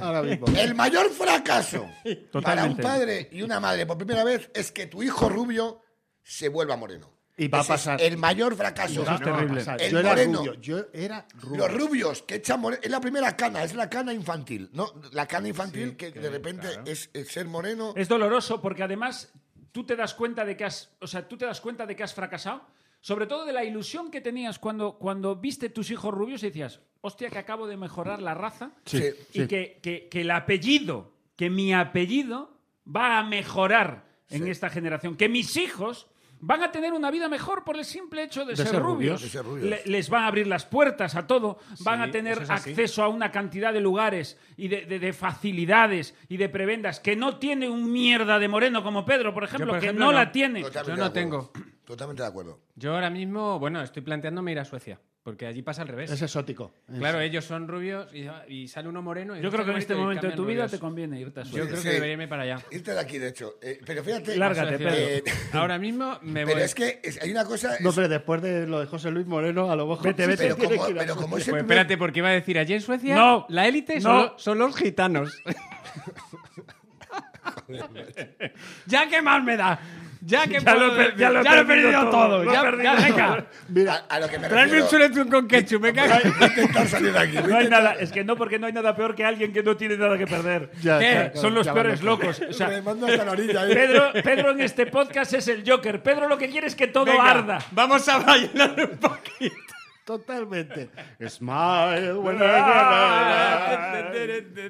Ahora mismo.
El mayor fracaso para un
Totalmente.
padre y una madre por primera vez es que tu hijo rubio se vuelva moreno.
Y va a
Ese es
pasar.
el mayor fracaso.
Eso es terrible.
O sea,
El
yo era
moreno.
rubio. Yo era rubio.
Los rubios que echan moreno. Es la primera cana, es la cana infantil. ¿no? La cana infantil que, de repente es, es ser moreno.
Es doloroso porque además tú te das cuenta de que has, o sea, tú te das cuenta de que has fracasado, sobre todo de la ilusión que tenías cuando, cuando viste tus hijos rubios y decías, hostia, que acabo de mejorar la raza
Sí.
y que, que- que el apellido, que mi apellido va a mejorar en esta generación, que mis hijos van a tener una vida mejor por el simple hecho de, ser, rubios.
De ser rubios.
Le- les van a abrir las puertas a todo, van a tener
eso es así.
acceso a una cantidad de lugares y de, de- de facilidades y de prebendas que no tiene un mierda de moreno como Pedro, por ejemplo,
por
que
ejemplo,
no,
no.
la tiene.
Totalmente
yo no
de acuerdo. Totalmente de acuerdo.
Yo ahora mismo, bueno, estoy planteándome ir a Suecia, porque allí pasa al revés.
Es exótico.
Claro, ellos son rubios y, y sale uno moreno. Y
Yo
dice,
creo que en
"Qué
este
bonito", y
momento de tu
cambian
vida
rubios.
te conviene irte a
Yo
Suecia.
Pues
creo
Sí, sí.
que debería irme para allá.
Irte de aquí, de hecho. Eh, pero fíjate.
Lárgate,
Suecia.
Pedro.
Eh,
Ahora mismo me voy.
pero es que es- hay una cosa.
No,
es-
pero después de lo de José Luis Moreno, a lo mejor. Vete,
pero, como, pero como es
Pues
el primer-
espérate, porque iba a decir, allí en Suecia
No.
la élite
No.
son, lo- son los gitanos. ya que más me da. Ya que
Ya
puedo
lo he per-
decir,
ya lo he perdido todo, lo he
ya,
perdido
ya, venga.
todo.
a,
Mira,
a lo que me
Traedme un
refiero.
chuletón con ketchup, me cago.
Voy a intentar salir de aquí. voy a
No hay
intentar-
nada, es que no, porque no hay nada peor que alguien que no tiene nada que perder.
Ya,
Eh,
claro,
Son los
ya
peores
van
locos. O sea,
me mando hasta la orilla. eh.
Pedro, Pedro en este podcast es el Joker. Pedro lo que quiere es que todo
Venga,
arda.
Vamos a bailar un poquito.
totalmente. Smile. when I get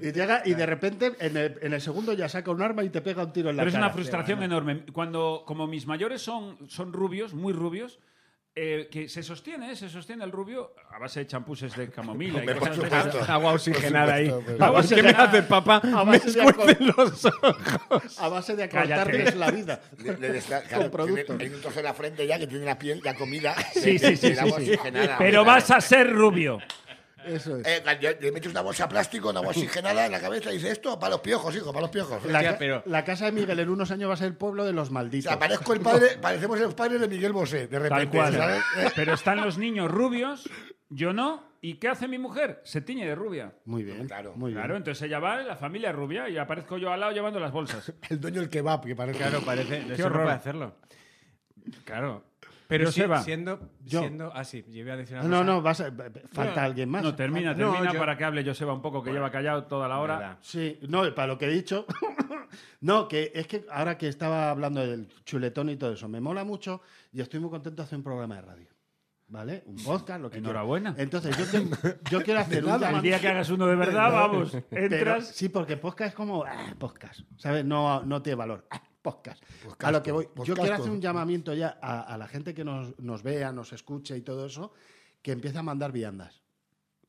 my- y llega y de repente en el, en el segundo ya saca un arma y te pega un tiro en la
Pero es
cara.
una frustración enorme. Cuando, como mis mayores son, son rubios, muy rubios, eh, que se sostiene, ¿eh? se sostiene el rubio a base de champuses de camomila y
Hombre, por
cosas de
supuesto.
esas.
Agua oxigenada ahí.
pero-
Vamos, ¿Qué me
Oxigenada.
haces, papá? Me
A base de
escuecen los ojos.
A base de
Cállate.
acortarles la vida.
Le- le destra- claro, tiene,
productos.
hay un trozo en la frente ya que tiene la piel, la comida.
Sí, sí, sí,
El agua
sí, sí.
oxigenada,
Pero
claro.
vas a ser rubio.
Eso es.
Eh, yo- le metes una bolsa plástico, una bolsa oxigenada en la cabeza y dices esto para los piojos, hijo, para los piojos.
La,
Hostia,
ca-
pero-
la casa de Miguel en unos años va a ser el pueblo de los
O sea,
malditos.
parezco el padre, parecemos los padres de Miguel Bosé, de repente,
Tal cual.
¿sabes? Eh,
Pero están los niños rubios, yo no. ¿Y qué hace mi mujer? Se tiñe de rubia.
Muy bien.
Claro,
muy bien.
Claro, entonces ella va, la familia es rubia, y aparezco yo al lado llevando las bolsas.
El dueño del kebab, que parece.
Claro, parece. eso no
horror.
puede hacerlo. Claro. Pero sí,
Joseba.
siendo,
Yo.
siendo. Ah, sí, yo iba a decir una
No,
cosa.
no, vas a- falta alguien más. Ah,
No, termina,
No,
termina
yo-
para que hable Joseba un poco, que lleva callado toda la hora.
Nada.
Sí, no, para lo que he dicho. no, que es que ahora que estaba hablando del chuletón y todo eso, me mola mucho y estoy muy contento de hacer un programa de radio. ¿Vale? Un podcast, lo que quiera.
Enhorabuena.
Entonces, yo, que- yo quiero hacer un
El
llamamiento-
día que hagas uno de verdad, vamos,
pero-
entras.
sí, porque podcast es como ah, podcast, ¿sabes? No, no tiene valor. Ah, podcast. a lo que voy. Yo
podcast.
quiero hacer un llamamiento ya a, a la gente que nos, nos vea, nos escuche y todo eso, que empiece a mandar viandas.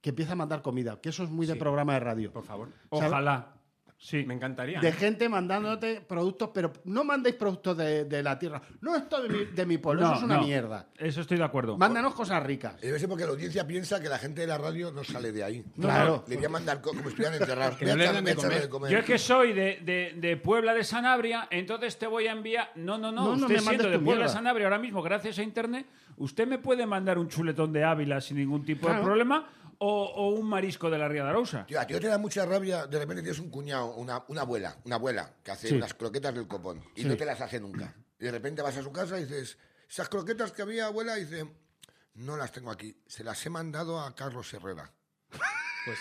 Que empiece a mandar comida, que eso es muy de programa de radio.
Por favor.
Ojalá. Sí.
Me encantaría.
de gente mandándote productos, pero no mandéis productos de, de la tierra. No, esto de mi, de mi pueblo,
No,
eso es una
no. Eh,
mierda.
Eso estoy de acuerdo.
Mándanos cosas ricas.
Yo sé porque la audiencia piensa que la gente de la radio no sale de ahí.
Claro.
Le voy a mandar co- como si estuvieran enterrados.
Que
Voy a
no le
echarle-
den de
voy a echarle
comer.
de comer.
Yo es que soy de, de- de Puebla de Sanabria, entonces te voy a enviar. No, no, no,
No, no
usted
me mandes
siendo de
tu
Puebla de
mierda.
Sanabria ahora mismo, gracias a internet, usted me puede mandar un chuletón de Ávila sin ningún tipo de
Claro.
problema o, o un marisco de la Ría de Arousa.
Tío, a ti te da mucha rabia, de repente tienes un cuñado, una, una abuela, una abuela, que hace unas croquetas del copón y no te las hace nunca. Y de repente vas a su casa y dices, esas croquetas que había, abuela, y dice, no las tengo aquí, se las he mandado a Carlos Herrera.
Pues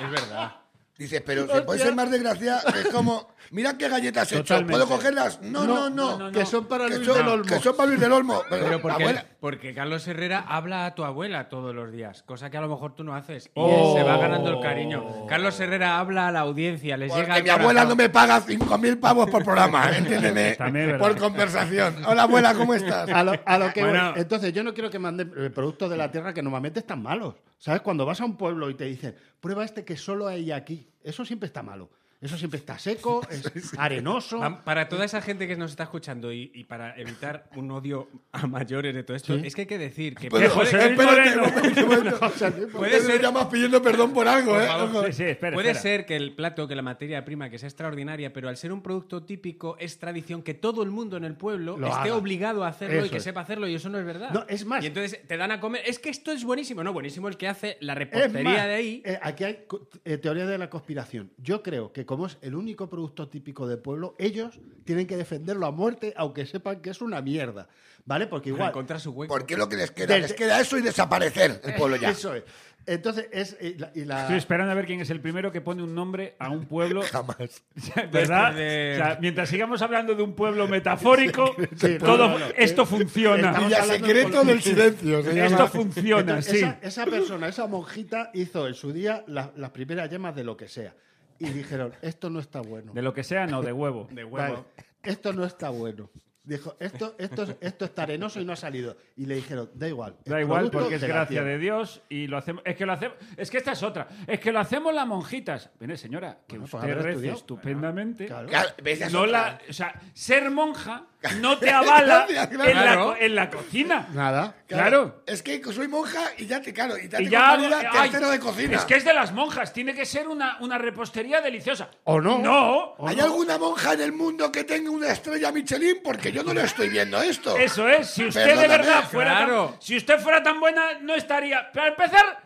es verdad.
Dices, pero se puede ser más desgraciada, es como, mirad qué galletas he hecho,
Totalmente.
¿puedo cogerlas? No, no, no.
no, no.
Que son para
Que
Luis
son-
del Olmo.
que son para Luis del Olmo. Pero,
Pero porque,
abuela,
porque Carlos Herrera habla a tu abuela todos los días, cosa que a lo mejor tú no haces. Y
Oh.
se va ganando el cariño. Carlos Herrera habla a la audiencia, les llega
porque
al
mi abuela
corazón.
no me paga 5.000 pavos por programa, ¿eh? entiéndeme,
También es
por
verdad.
conversación. Hola, abuela, ¿cómo estás?
A lo, a lo que voy.
Bueno.
Entonces, yo no quiero que manden eh, productos de la tierra que normalmente están malos. ¿Sabes? Cuando vas a un pueblo y te dicen, prueba este que solo hay aquí. Eso siempre está malo. Eso siempre está seco, es arenoso.
Pa- Para toda esa gente que nos está escuchando y, y para evitar un odio a mayores de todo esto, es que hay que decir que
Que
Pero,
José Luis
espérate,
Moreno.
un momento, un momento.
Puede
Ustedes
ser-
me llamas pidiendo perdón por algo, ¿eh? Ojo.
Sí, sí, espera,
Puede
espera.
ser que el plato, que la materia prima, que sea extraordinaria, pero al ser un producto típico, es tradición que todo el mundo en el pueblo
Lo
esté
haga.
obligado a hacerlo y
Eso
que
es.
sepa hacerlo, y eso no es verdad.
No, es más.
Y entonces te dan a comer. Es que esto es buenísimo. No, buenísimo el que hace la repostería
más,
de ahí.
eh, aquí hay co- eh, teoría de la conspiración. Yo creo que como es el único producto típico del pueblo, ellos tienen que defenderlo a muerte, aunque sepan que es una mierda. ¿Vale? Porque
para
igual...
encontrar su hueco.
¿Por qué lo que les queda?
Desde-
Les queda eso y desaparecer
Eh,
el pueblo ya.
Eso es. Entonces es... Y la, y la-
Estoy esperando a ver quién es el primero que pone un nombre a un pueblo.
Jamás.
¿Verdad?
Después de-
O sea, mientras sigamos hablando de un pueblo metafórico,
Sí, no,
todo
no, no.
esto funciona.
Estamos
Y el
hablando
secreto
con-
del silencio. se
Esto
llama.
funciona,
Entonces,
sí.
esa, esa persona, esa monjita, hizo en su día la- las primeras yemas de lo que sea. Y dijeron, esto no está bueno.
De lo que sea, no, de huevo.
De huevo.
Vale, esto no está bueno. Dijo, esto, esto, es- esto está arenoso y no ha salido. Y le dijeron, da igual. es
Da igual
producto
porque es
de la
gracia
tierra".
de Dios y lo hacemos. Es que lo hacemos. Es que esta es otra. Es que lo hacemos las monjitas. Mire, señora, que
Bueno, pues
usted
haber
reza
estudiado.
estupendamente.
Claro.
Claro, ¿ves? Esa es
No
otra.
la, o sea, ser monja no te avala
Gracias,
en,
claro.
la, co- en la cocina.
Nada.
Claro.
Es que soy monja y ya te, claro, y ya
Y
te
ya- eh,
convalida
ay,
tercero de cocina.
Es que es de las monjas. Tiene que ser una, una repostería deliciosa.
¿O no?
No.
¿Hay alguna monja en el mundo que tenga una estrella Michelin? Porque yo no lo estoy viendo esto.
Eso es, si usted de
Perdóname,
verdad fuera
claro.
tan, si usted fuera tan buena no estaría para empezar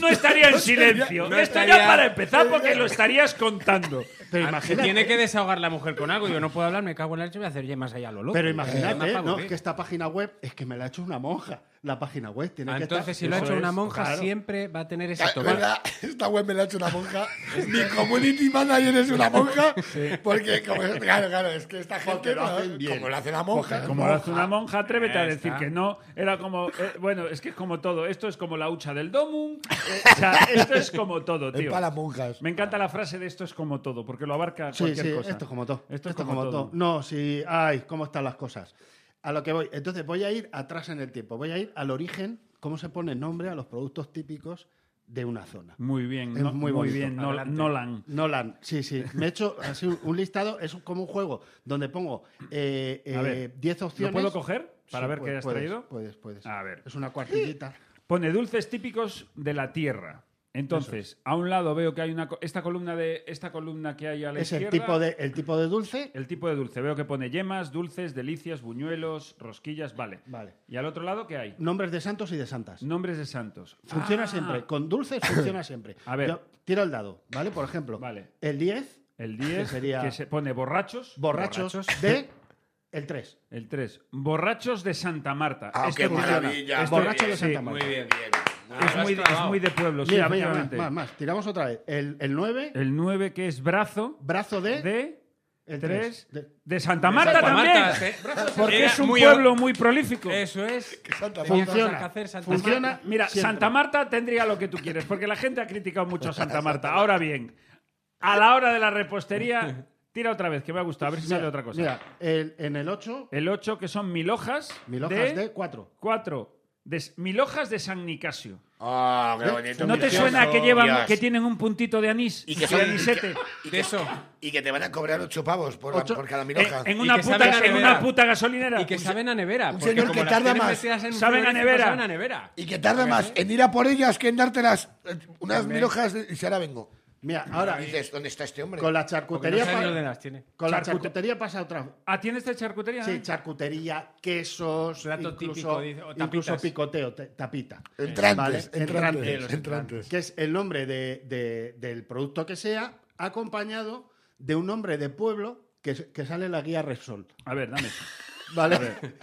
no estaría en silencio.
no
Esto ya
estaría-
para empezar porque lo estarías contando.
Pero
Ah,
imagínate,
Tiene que desahogar la mujer con algo. Yo no puedo hablar, me cago en la leche, voy a hacer yemas allá a lo loco.
pero
Eh, más
imagínate,
para
no,
aburrir.
es que esta página web es que me la ha hecho una monja. La página web tiene
Ah,
que estar-
Entonces, si lo ha
Eso
hecho una
es,
monja,
claro.
siempre va a tener ese
Ya,
tomate.
¿verdad? Esta web me la ha hecho una monja. Mi community manager es una monja. Porque, como, claro, claro, es que esta gente,
lo
¿no?
hacen bien.
como lo hace la monja.
Como lo hace una monja, atrévete a
Ya
decir
está.
que no. Era como. eh, bueno, es que es como todo. Esto es como la hucha del domum. Eh, o sea, esto es como todo,
Es
tío.
para monjas.
Me encanta la frase de esto es como todo, porque lo abarca
Sí,
cualquier
sí,
cosa.
esto es como todo.
Esto es como, todo.
No, sí, ay, cómo están las cosas. A lo que voy. Entonces voy a ir atrás en el tiempo. Voy a ir al origen, cómo se pone nombre a los productos típicos de una zona.
Muy bien,
Es
no- muy,
muy bonito.
bien, Nol-
Adelante.
Nolan.
Nolan, sí, sí. Me he hecho así un- un listado, es como un juego donde pongo eh,
A
eh,
ver,
10
¿Lo
opciones.
puedo coger para
Sí,
ver
pu-
qué has
puedes,
traído?
Puedes, puedes.
A ver.
Es una cuartillita.
Pone dulces típicos de la tierra. Entonces, a un lado veo que hay una co- esta columna de esta columna que hay a la
Es el
izquierda.
tipo, de, el tipo de dulce.
el tipo de dulce. Veo que pone yemas, dulces, delicias, buñuelos, rosquillas, vale.
Vale.
Y al otro lado qué hay?
Nombres de santos y de santas.
Nombres de santos.
Funciona
Ah,
siempre. Con dulces funciona siempre.
A ver.
Yo tiro el dado, ¿vale? Por ejemplo,
Vale.
el 10,
El 10
Que sería-
que se pone borrachos,
borrachos, de el 3.
el 3, borrachos de Santa Marta.
Ah,
Este
qué
funciona.
maravilla.
Este-
Borracho de
sí,
Santa Marta.
bien.
Es muy, es muy de pueblo, sí,
Mira, mira, más,
efectivamente.
más, más. Tiramos otra vez. El, el 9,
El 9 que es brazo
brazo de,
de 3
el tres, de-
de Santa Marta
Santa
también.
Marta, eh.
Porque
Era
es un
muy-
pueblo muy prolífico.
Eso es. Cosas que
Funciona.
hacer, Santa
funciona.
Marta.
Mira,
siempre.
Santa Marta tendría lo que tú quieres, porque la gente ha criticado mucho a Santa Marta. Ahora bien, a la hora de la repostería, tira otra vez, que me ha gustado, a ver si sale
Mira,
otra cosa.
Mira, el- en el 8,
El 8, que son mil hojas.
mil hojas de 4.
4. de s- mil hojas de San Nicasio.
Ah,
¿Eh?
qué bonito.
¿No te
precioso.
suena que llevan,
Dios.
que tienen un puntito de anís?
Y que
De
son-
anisete.
De eso.
Y que te van a cobrar ocho pavos por, la-
Ocho-
por cada mil
Eh,
hojas.
en,
Y
una
que saben a
puta, en
nevera.
una puta gasolinera.
Y que
Un se-
saben a nevera.
un
porque
señor
como
que
las
tarda
tienes
más.
metidas en un
Saben a
frigorífico,
nevera.
saben a nevera.
Y que tarda más
¿eh?
en ir a por ellas que en dártelas eh, unas mil hojas de- y si ahora vengo.
Mira, ahora,
Dices, ¿dónde está este hombre?
con la
Porque no
charcutería.
saben
pa-
ni dónde las tiene.
Con la
Charcute-
charcutería pasa otra.
Ah, ¿tiene esta charcutería?
Sí, charcutería, quesos,
Plato
incluso,
típico, dice, o
incluso
tapitas.
picoteo, te- tapita.
Entrantes,
Vale,
entrantes,
entrantes.
entrantes.
que es el nombre de- de- del producto que sea, acompañado de un nombre de pueblo que, que sale en la guía Repsol.
A ver, dame eso.
¿Vale?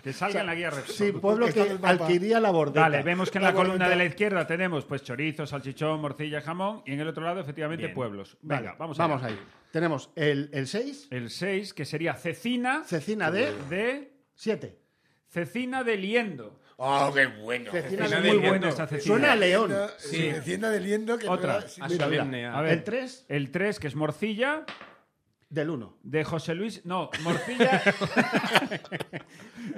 Que salga en la guía Repsol.
Sí, pueblo
Está en
que
el mapa.
alquiría la bordeta.
Vale, vemos que en la,
La
columna
voluntad.
de la izquierda tenemos pues chorizo, salchichón, morcilla, jamón y en el otro lado efectivamente pueblos. Venga,
Vale,
vamos, allá.
vamos ahí. Tenemos el, 6,
El 6 que sería cecina
cecina de
de
7.
cecina de liendo.
Oh, qué bueno.
Cecina
Es
de
muy
Liendo.
buena esta cecina.
Suena a león.
Sí. Tienda de liendo que
Otra.
no era- sí,
A
mira, mira.
solemne. a-
A ver.
El 3
El 3 que es morcilla
del 1.
de José Luis, no, morcilla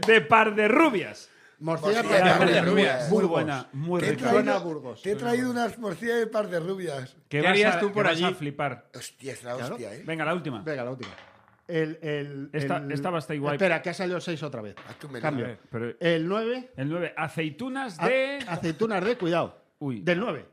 de par de rubias.
Morcilla
Morcilla
para
de
Burgos.
Burgos.
Burgos.
Muy buena, muy
Te he
rica.
Suena a
traído,
Burgos.
te he traído unas morcillas de par de rubias.
Que
¿Qué
vas
harías
a-
tú
que
por
vas
allí?
a flipar.
Hostia, es la hostia, ¿eh?
Venga, la última.
Venga, la última. El, el,
Esta-
el-
esta va a estar igual.
Espera, que ha salido el 6 otra vez.
Haz tu menú.
Cambio.
A ver,
pero-
El 9,
El 9, aceitunas
Ah,
de
aceitunas de cuidado.
Uy.
Del 9.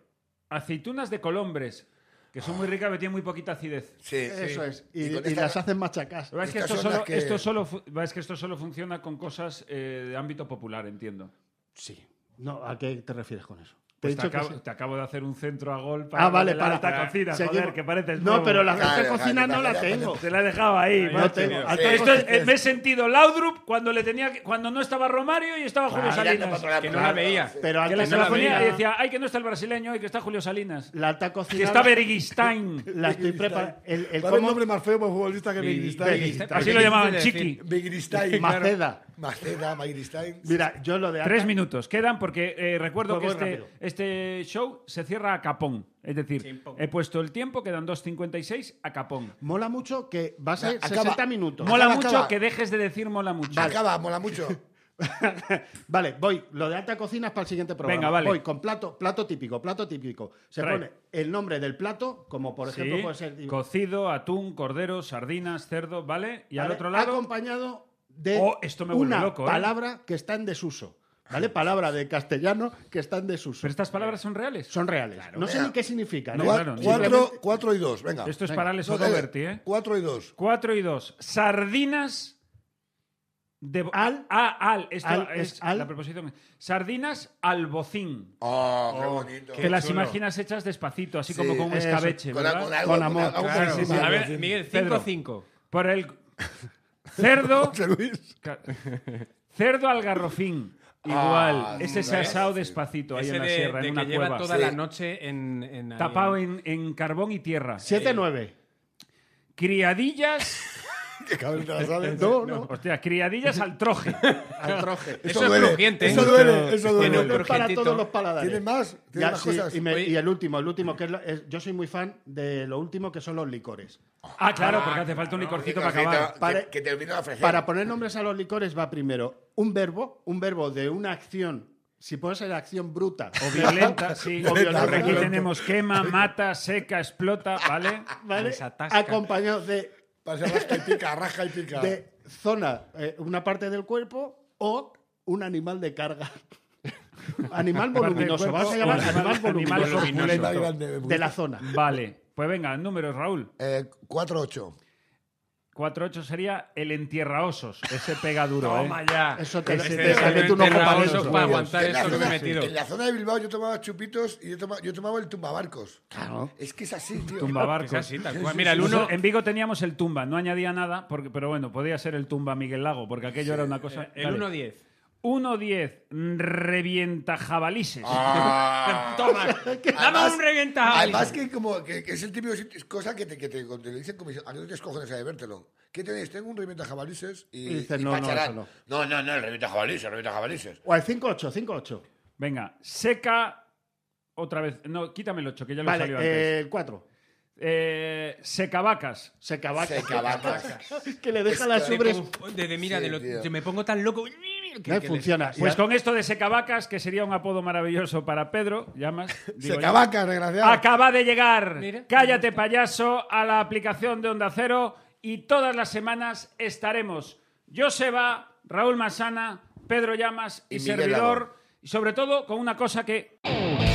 aceitunas de colombres, que son muy ricas pero tienen muy poquita acidez.
Sí.
Eso es. Y,
con
y
esta-
las hacen machacas.
Pero Es que
Estas
esto
son las
solo,
que-
esto solo fu- es que esto solo funciona con cosas eh, de ámbito popular, entiendo.
Sí. No, ¿A qué te refieres con eso? Te he
Pues te,
dicho que
acabo,
sí.
te acabo de hacer un centro a gol para
Ah, vale,
lo de la
para.
alta cocina,
Seguimos.
joder, que pareces
No,
nuevo.
pero la
Claro,
alta
claro,
cocina no
claro,
la
claro,
tengo.
te la he dejado ahí.
No
macho.
tengo.
Alta
Sí.
cocina- Esto es- me he sentido Laudrup cuando le tenía que- cuando no estaba Romario y estaba Julio Salinas.
Que no la veía.
Pero
Que
antes
la
no la
telefonía
veía.
y decía, ay, que no está el brasileño, ay, que está Julio Salinas.
La alta cocina.
Que está Bergistain.
La estoy
¿eh?
preparando. El, el
¿Cuál es el
cómo-
nombre más feo para futbolista que Begristain?
Begristain.
Así
¿Qué
lo llamaban,
quisiste decir?
Chiqui.
Begristain.
Maceda.
Maceda, Begristain.
Mira, yo lo de alta-
Tres minutos quedan porque eh, recuerdo
Voy,
que
voy
este,
rápido.
este show se cierra a capón. Es decir, he puesto el tiempo, quedan 2.56 a capón.
Mola mucho que va a ser
Acaba.
60 minutos.
Mola
acaba,
mucho
acaba.
que dejes de decir mola mucho.
Acaba, mola mucho.
Vale, voy. Lo de alta cocina es para el siguiente programa.
Venga, vale.
Voy con plato, plato típico, plato típico. Se
Trae.
pone el nombre del plato, como por
Sí,
ejemplo puede ser. digo,
Cocido, atún, cordero, sardinas, cerdo, ¿vale? Y al
¿vale?
otro lado,
Acompañado de
Oh, esto me vuelve
una
loco, ¿eh?
palabra que está en desuso. ¿Vale? Palabra de castellano que está en desuso.
pero estas palabras son reales.
Son reales. no sé ni qué significan.
No,
¿eh?
Cua-
claro, ni-
cuatro, cuatro y dos, venga.
Esto es
Venga.
para Alex
No, dale.
O'Doherty, ¿eh?
Cuatro y dos.
4 y 2. Sardinas de bo-
Al.
Ah, al. Esto
Al,
es,
es al.
la preposición. Sardinas al bocín.
Oh, qué bonito.
Te las
chulo.
imaginas hechas despacito, así como con un
eso.
escabeche,
Con,
¿verdad?
con algo,
Con amor,
algo
claro.
por
Sí, sí,
encima.
A ver, Miguel,
Pedro.
5-5.
Por el cerdo,
José Luis.
ca- cerdo al garrofín, igual.
Ah,
Ese se
no
ha
es
asado
así.
despacito ahí
Ese
en la
de,
sierra,
de
en
que
una
lleva
cueva,
toda
Sí.
la noche en... en ahí,
tapado
en-
en, en carbón y tierra.
7-9.
Criadillas,
Que cabrón te la sabes.
No, no.
hostia, criadillas al troje.
Al troje.
Eso,
Eso
es
duele,
crujiente.
eso
¿eh?
duele, eso
Tiene
duele.
un
No es para
crujientito.
todos los paladares.
¿Tienes más?
Ya,
¿Tienes más
sí,
cosas?
y, me-
Oye.
y el último, el último, que es, lo- es- yo soy muy fan de lo último que son los licores.
Ah, claro, porque hace falta un licorcito para acabar.
Que,
Para-
que termino la frejera.
Para poner nombres a los licores va primero un verbo, un verbo de una acción, si puede ser acción bruta
O violenta, sí.
O violenta,
Por aquí
violenta.
tenemos quema, mata, seca, explota, ¿vale?
¿vale?
Desatasca.
acompañado de,
Pasa rasca y pica, rasca y pica.
de zona, eh, una parte del cuerpo o un animal de carga.
Parte
animal
del
voluminoso,
cuerpo
vamos a llamar
o
animal
animal
voluminoso
corpulento.
Está grande, me gusta.
de la zona.
Vale, pues venga, números, Raúl.
Eh, cuatro, ocho.
4-8 sería el entierraosos. Ese pega duro, ¿eh?
Toma ya.
Eso te-
Ese
te
de
sale tú un ojo
enterrabosos
para dentro.
para aguantar
En la
esto que me he
zona-
metido.
En la zona de Bilbao yo tomaba chupitos y yo tomaba, yo tomaba el tumbabarcos. Claro. Es que es así, tío.
Es
Tumbabarcos.
así, tal cual. Mira, el uno...
Nosotros- En Vigo teníamos el tumba, no añadía nada, porque, pero bueno, podía ser el tumba Miguel Lago, porque aquello era una cosa.
eh, El 1-10.
1-10, revienta jabalises.
Ah.
Toma. Dame
Además-
un revientado.
Además que como que, que es el típico sitio- es cosa que te, que te, te dicen como a que no tienes cojones a bebértelo. ¿Qué tenéis? Tengo un revienta jabalices y,
Y dices,
y
no, no,
pacharán.
eso
No, no, no, el revista jabalices, el revista jabalices.
O al 5-8, 5-8.
Venga, seca. Otra vez. No, quítame el 8, que ya lo he
Vale,
salió antes.
eh, el 4.
Eh, secavacas.
Secavaca.
Secavacas.
que le deja las
Esca-
ubres.
Desde, mira,
Sí,
de lo-
tío.
yo me pongo tan loco. que-
No
que les-
funciona.
Pues con esto de secavacas, que sería un apodo maravilloso para Pedro, llamas. digo yo. Ah,
Secavaca, desgraciado.
Acaba de llegar.
Mira.
Cállate payaso a la aplicación de Onda Cero y todas las semanas estaremos Joseba, Raúl Masana, Pedro Llamas y,
Y Miguel
servidor.
Lago.
Y sobre todo con una cosa que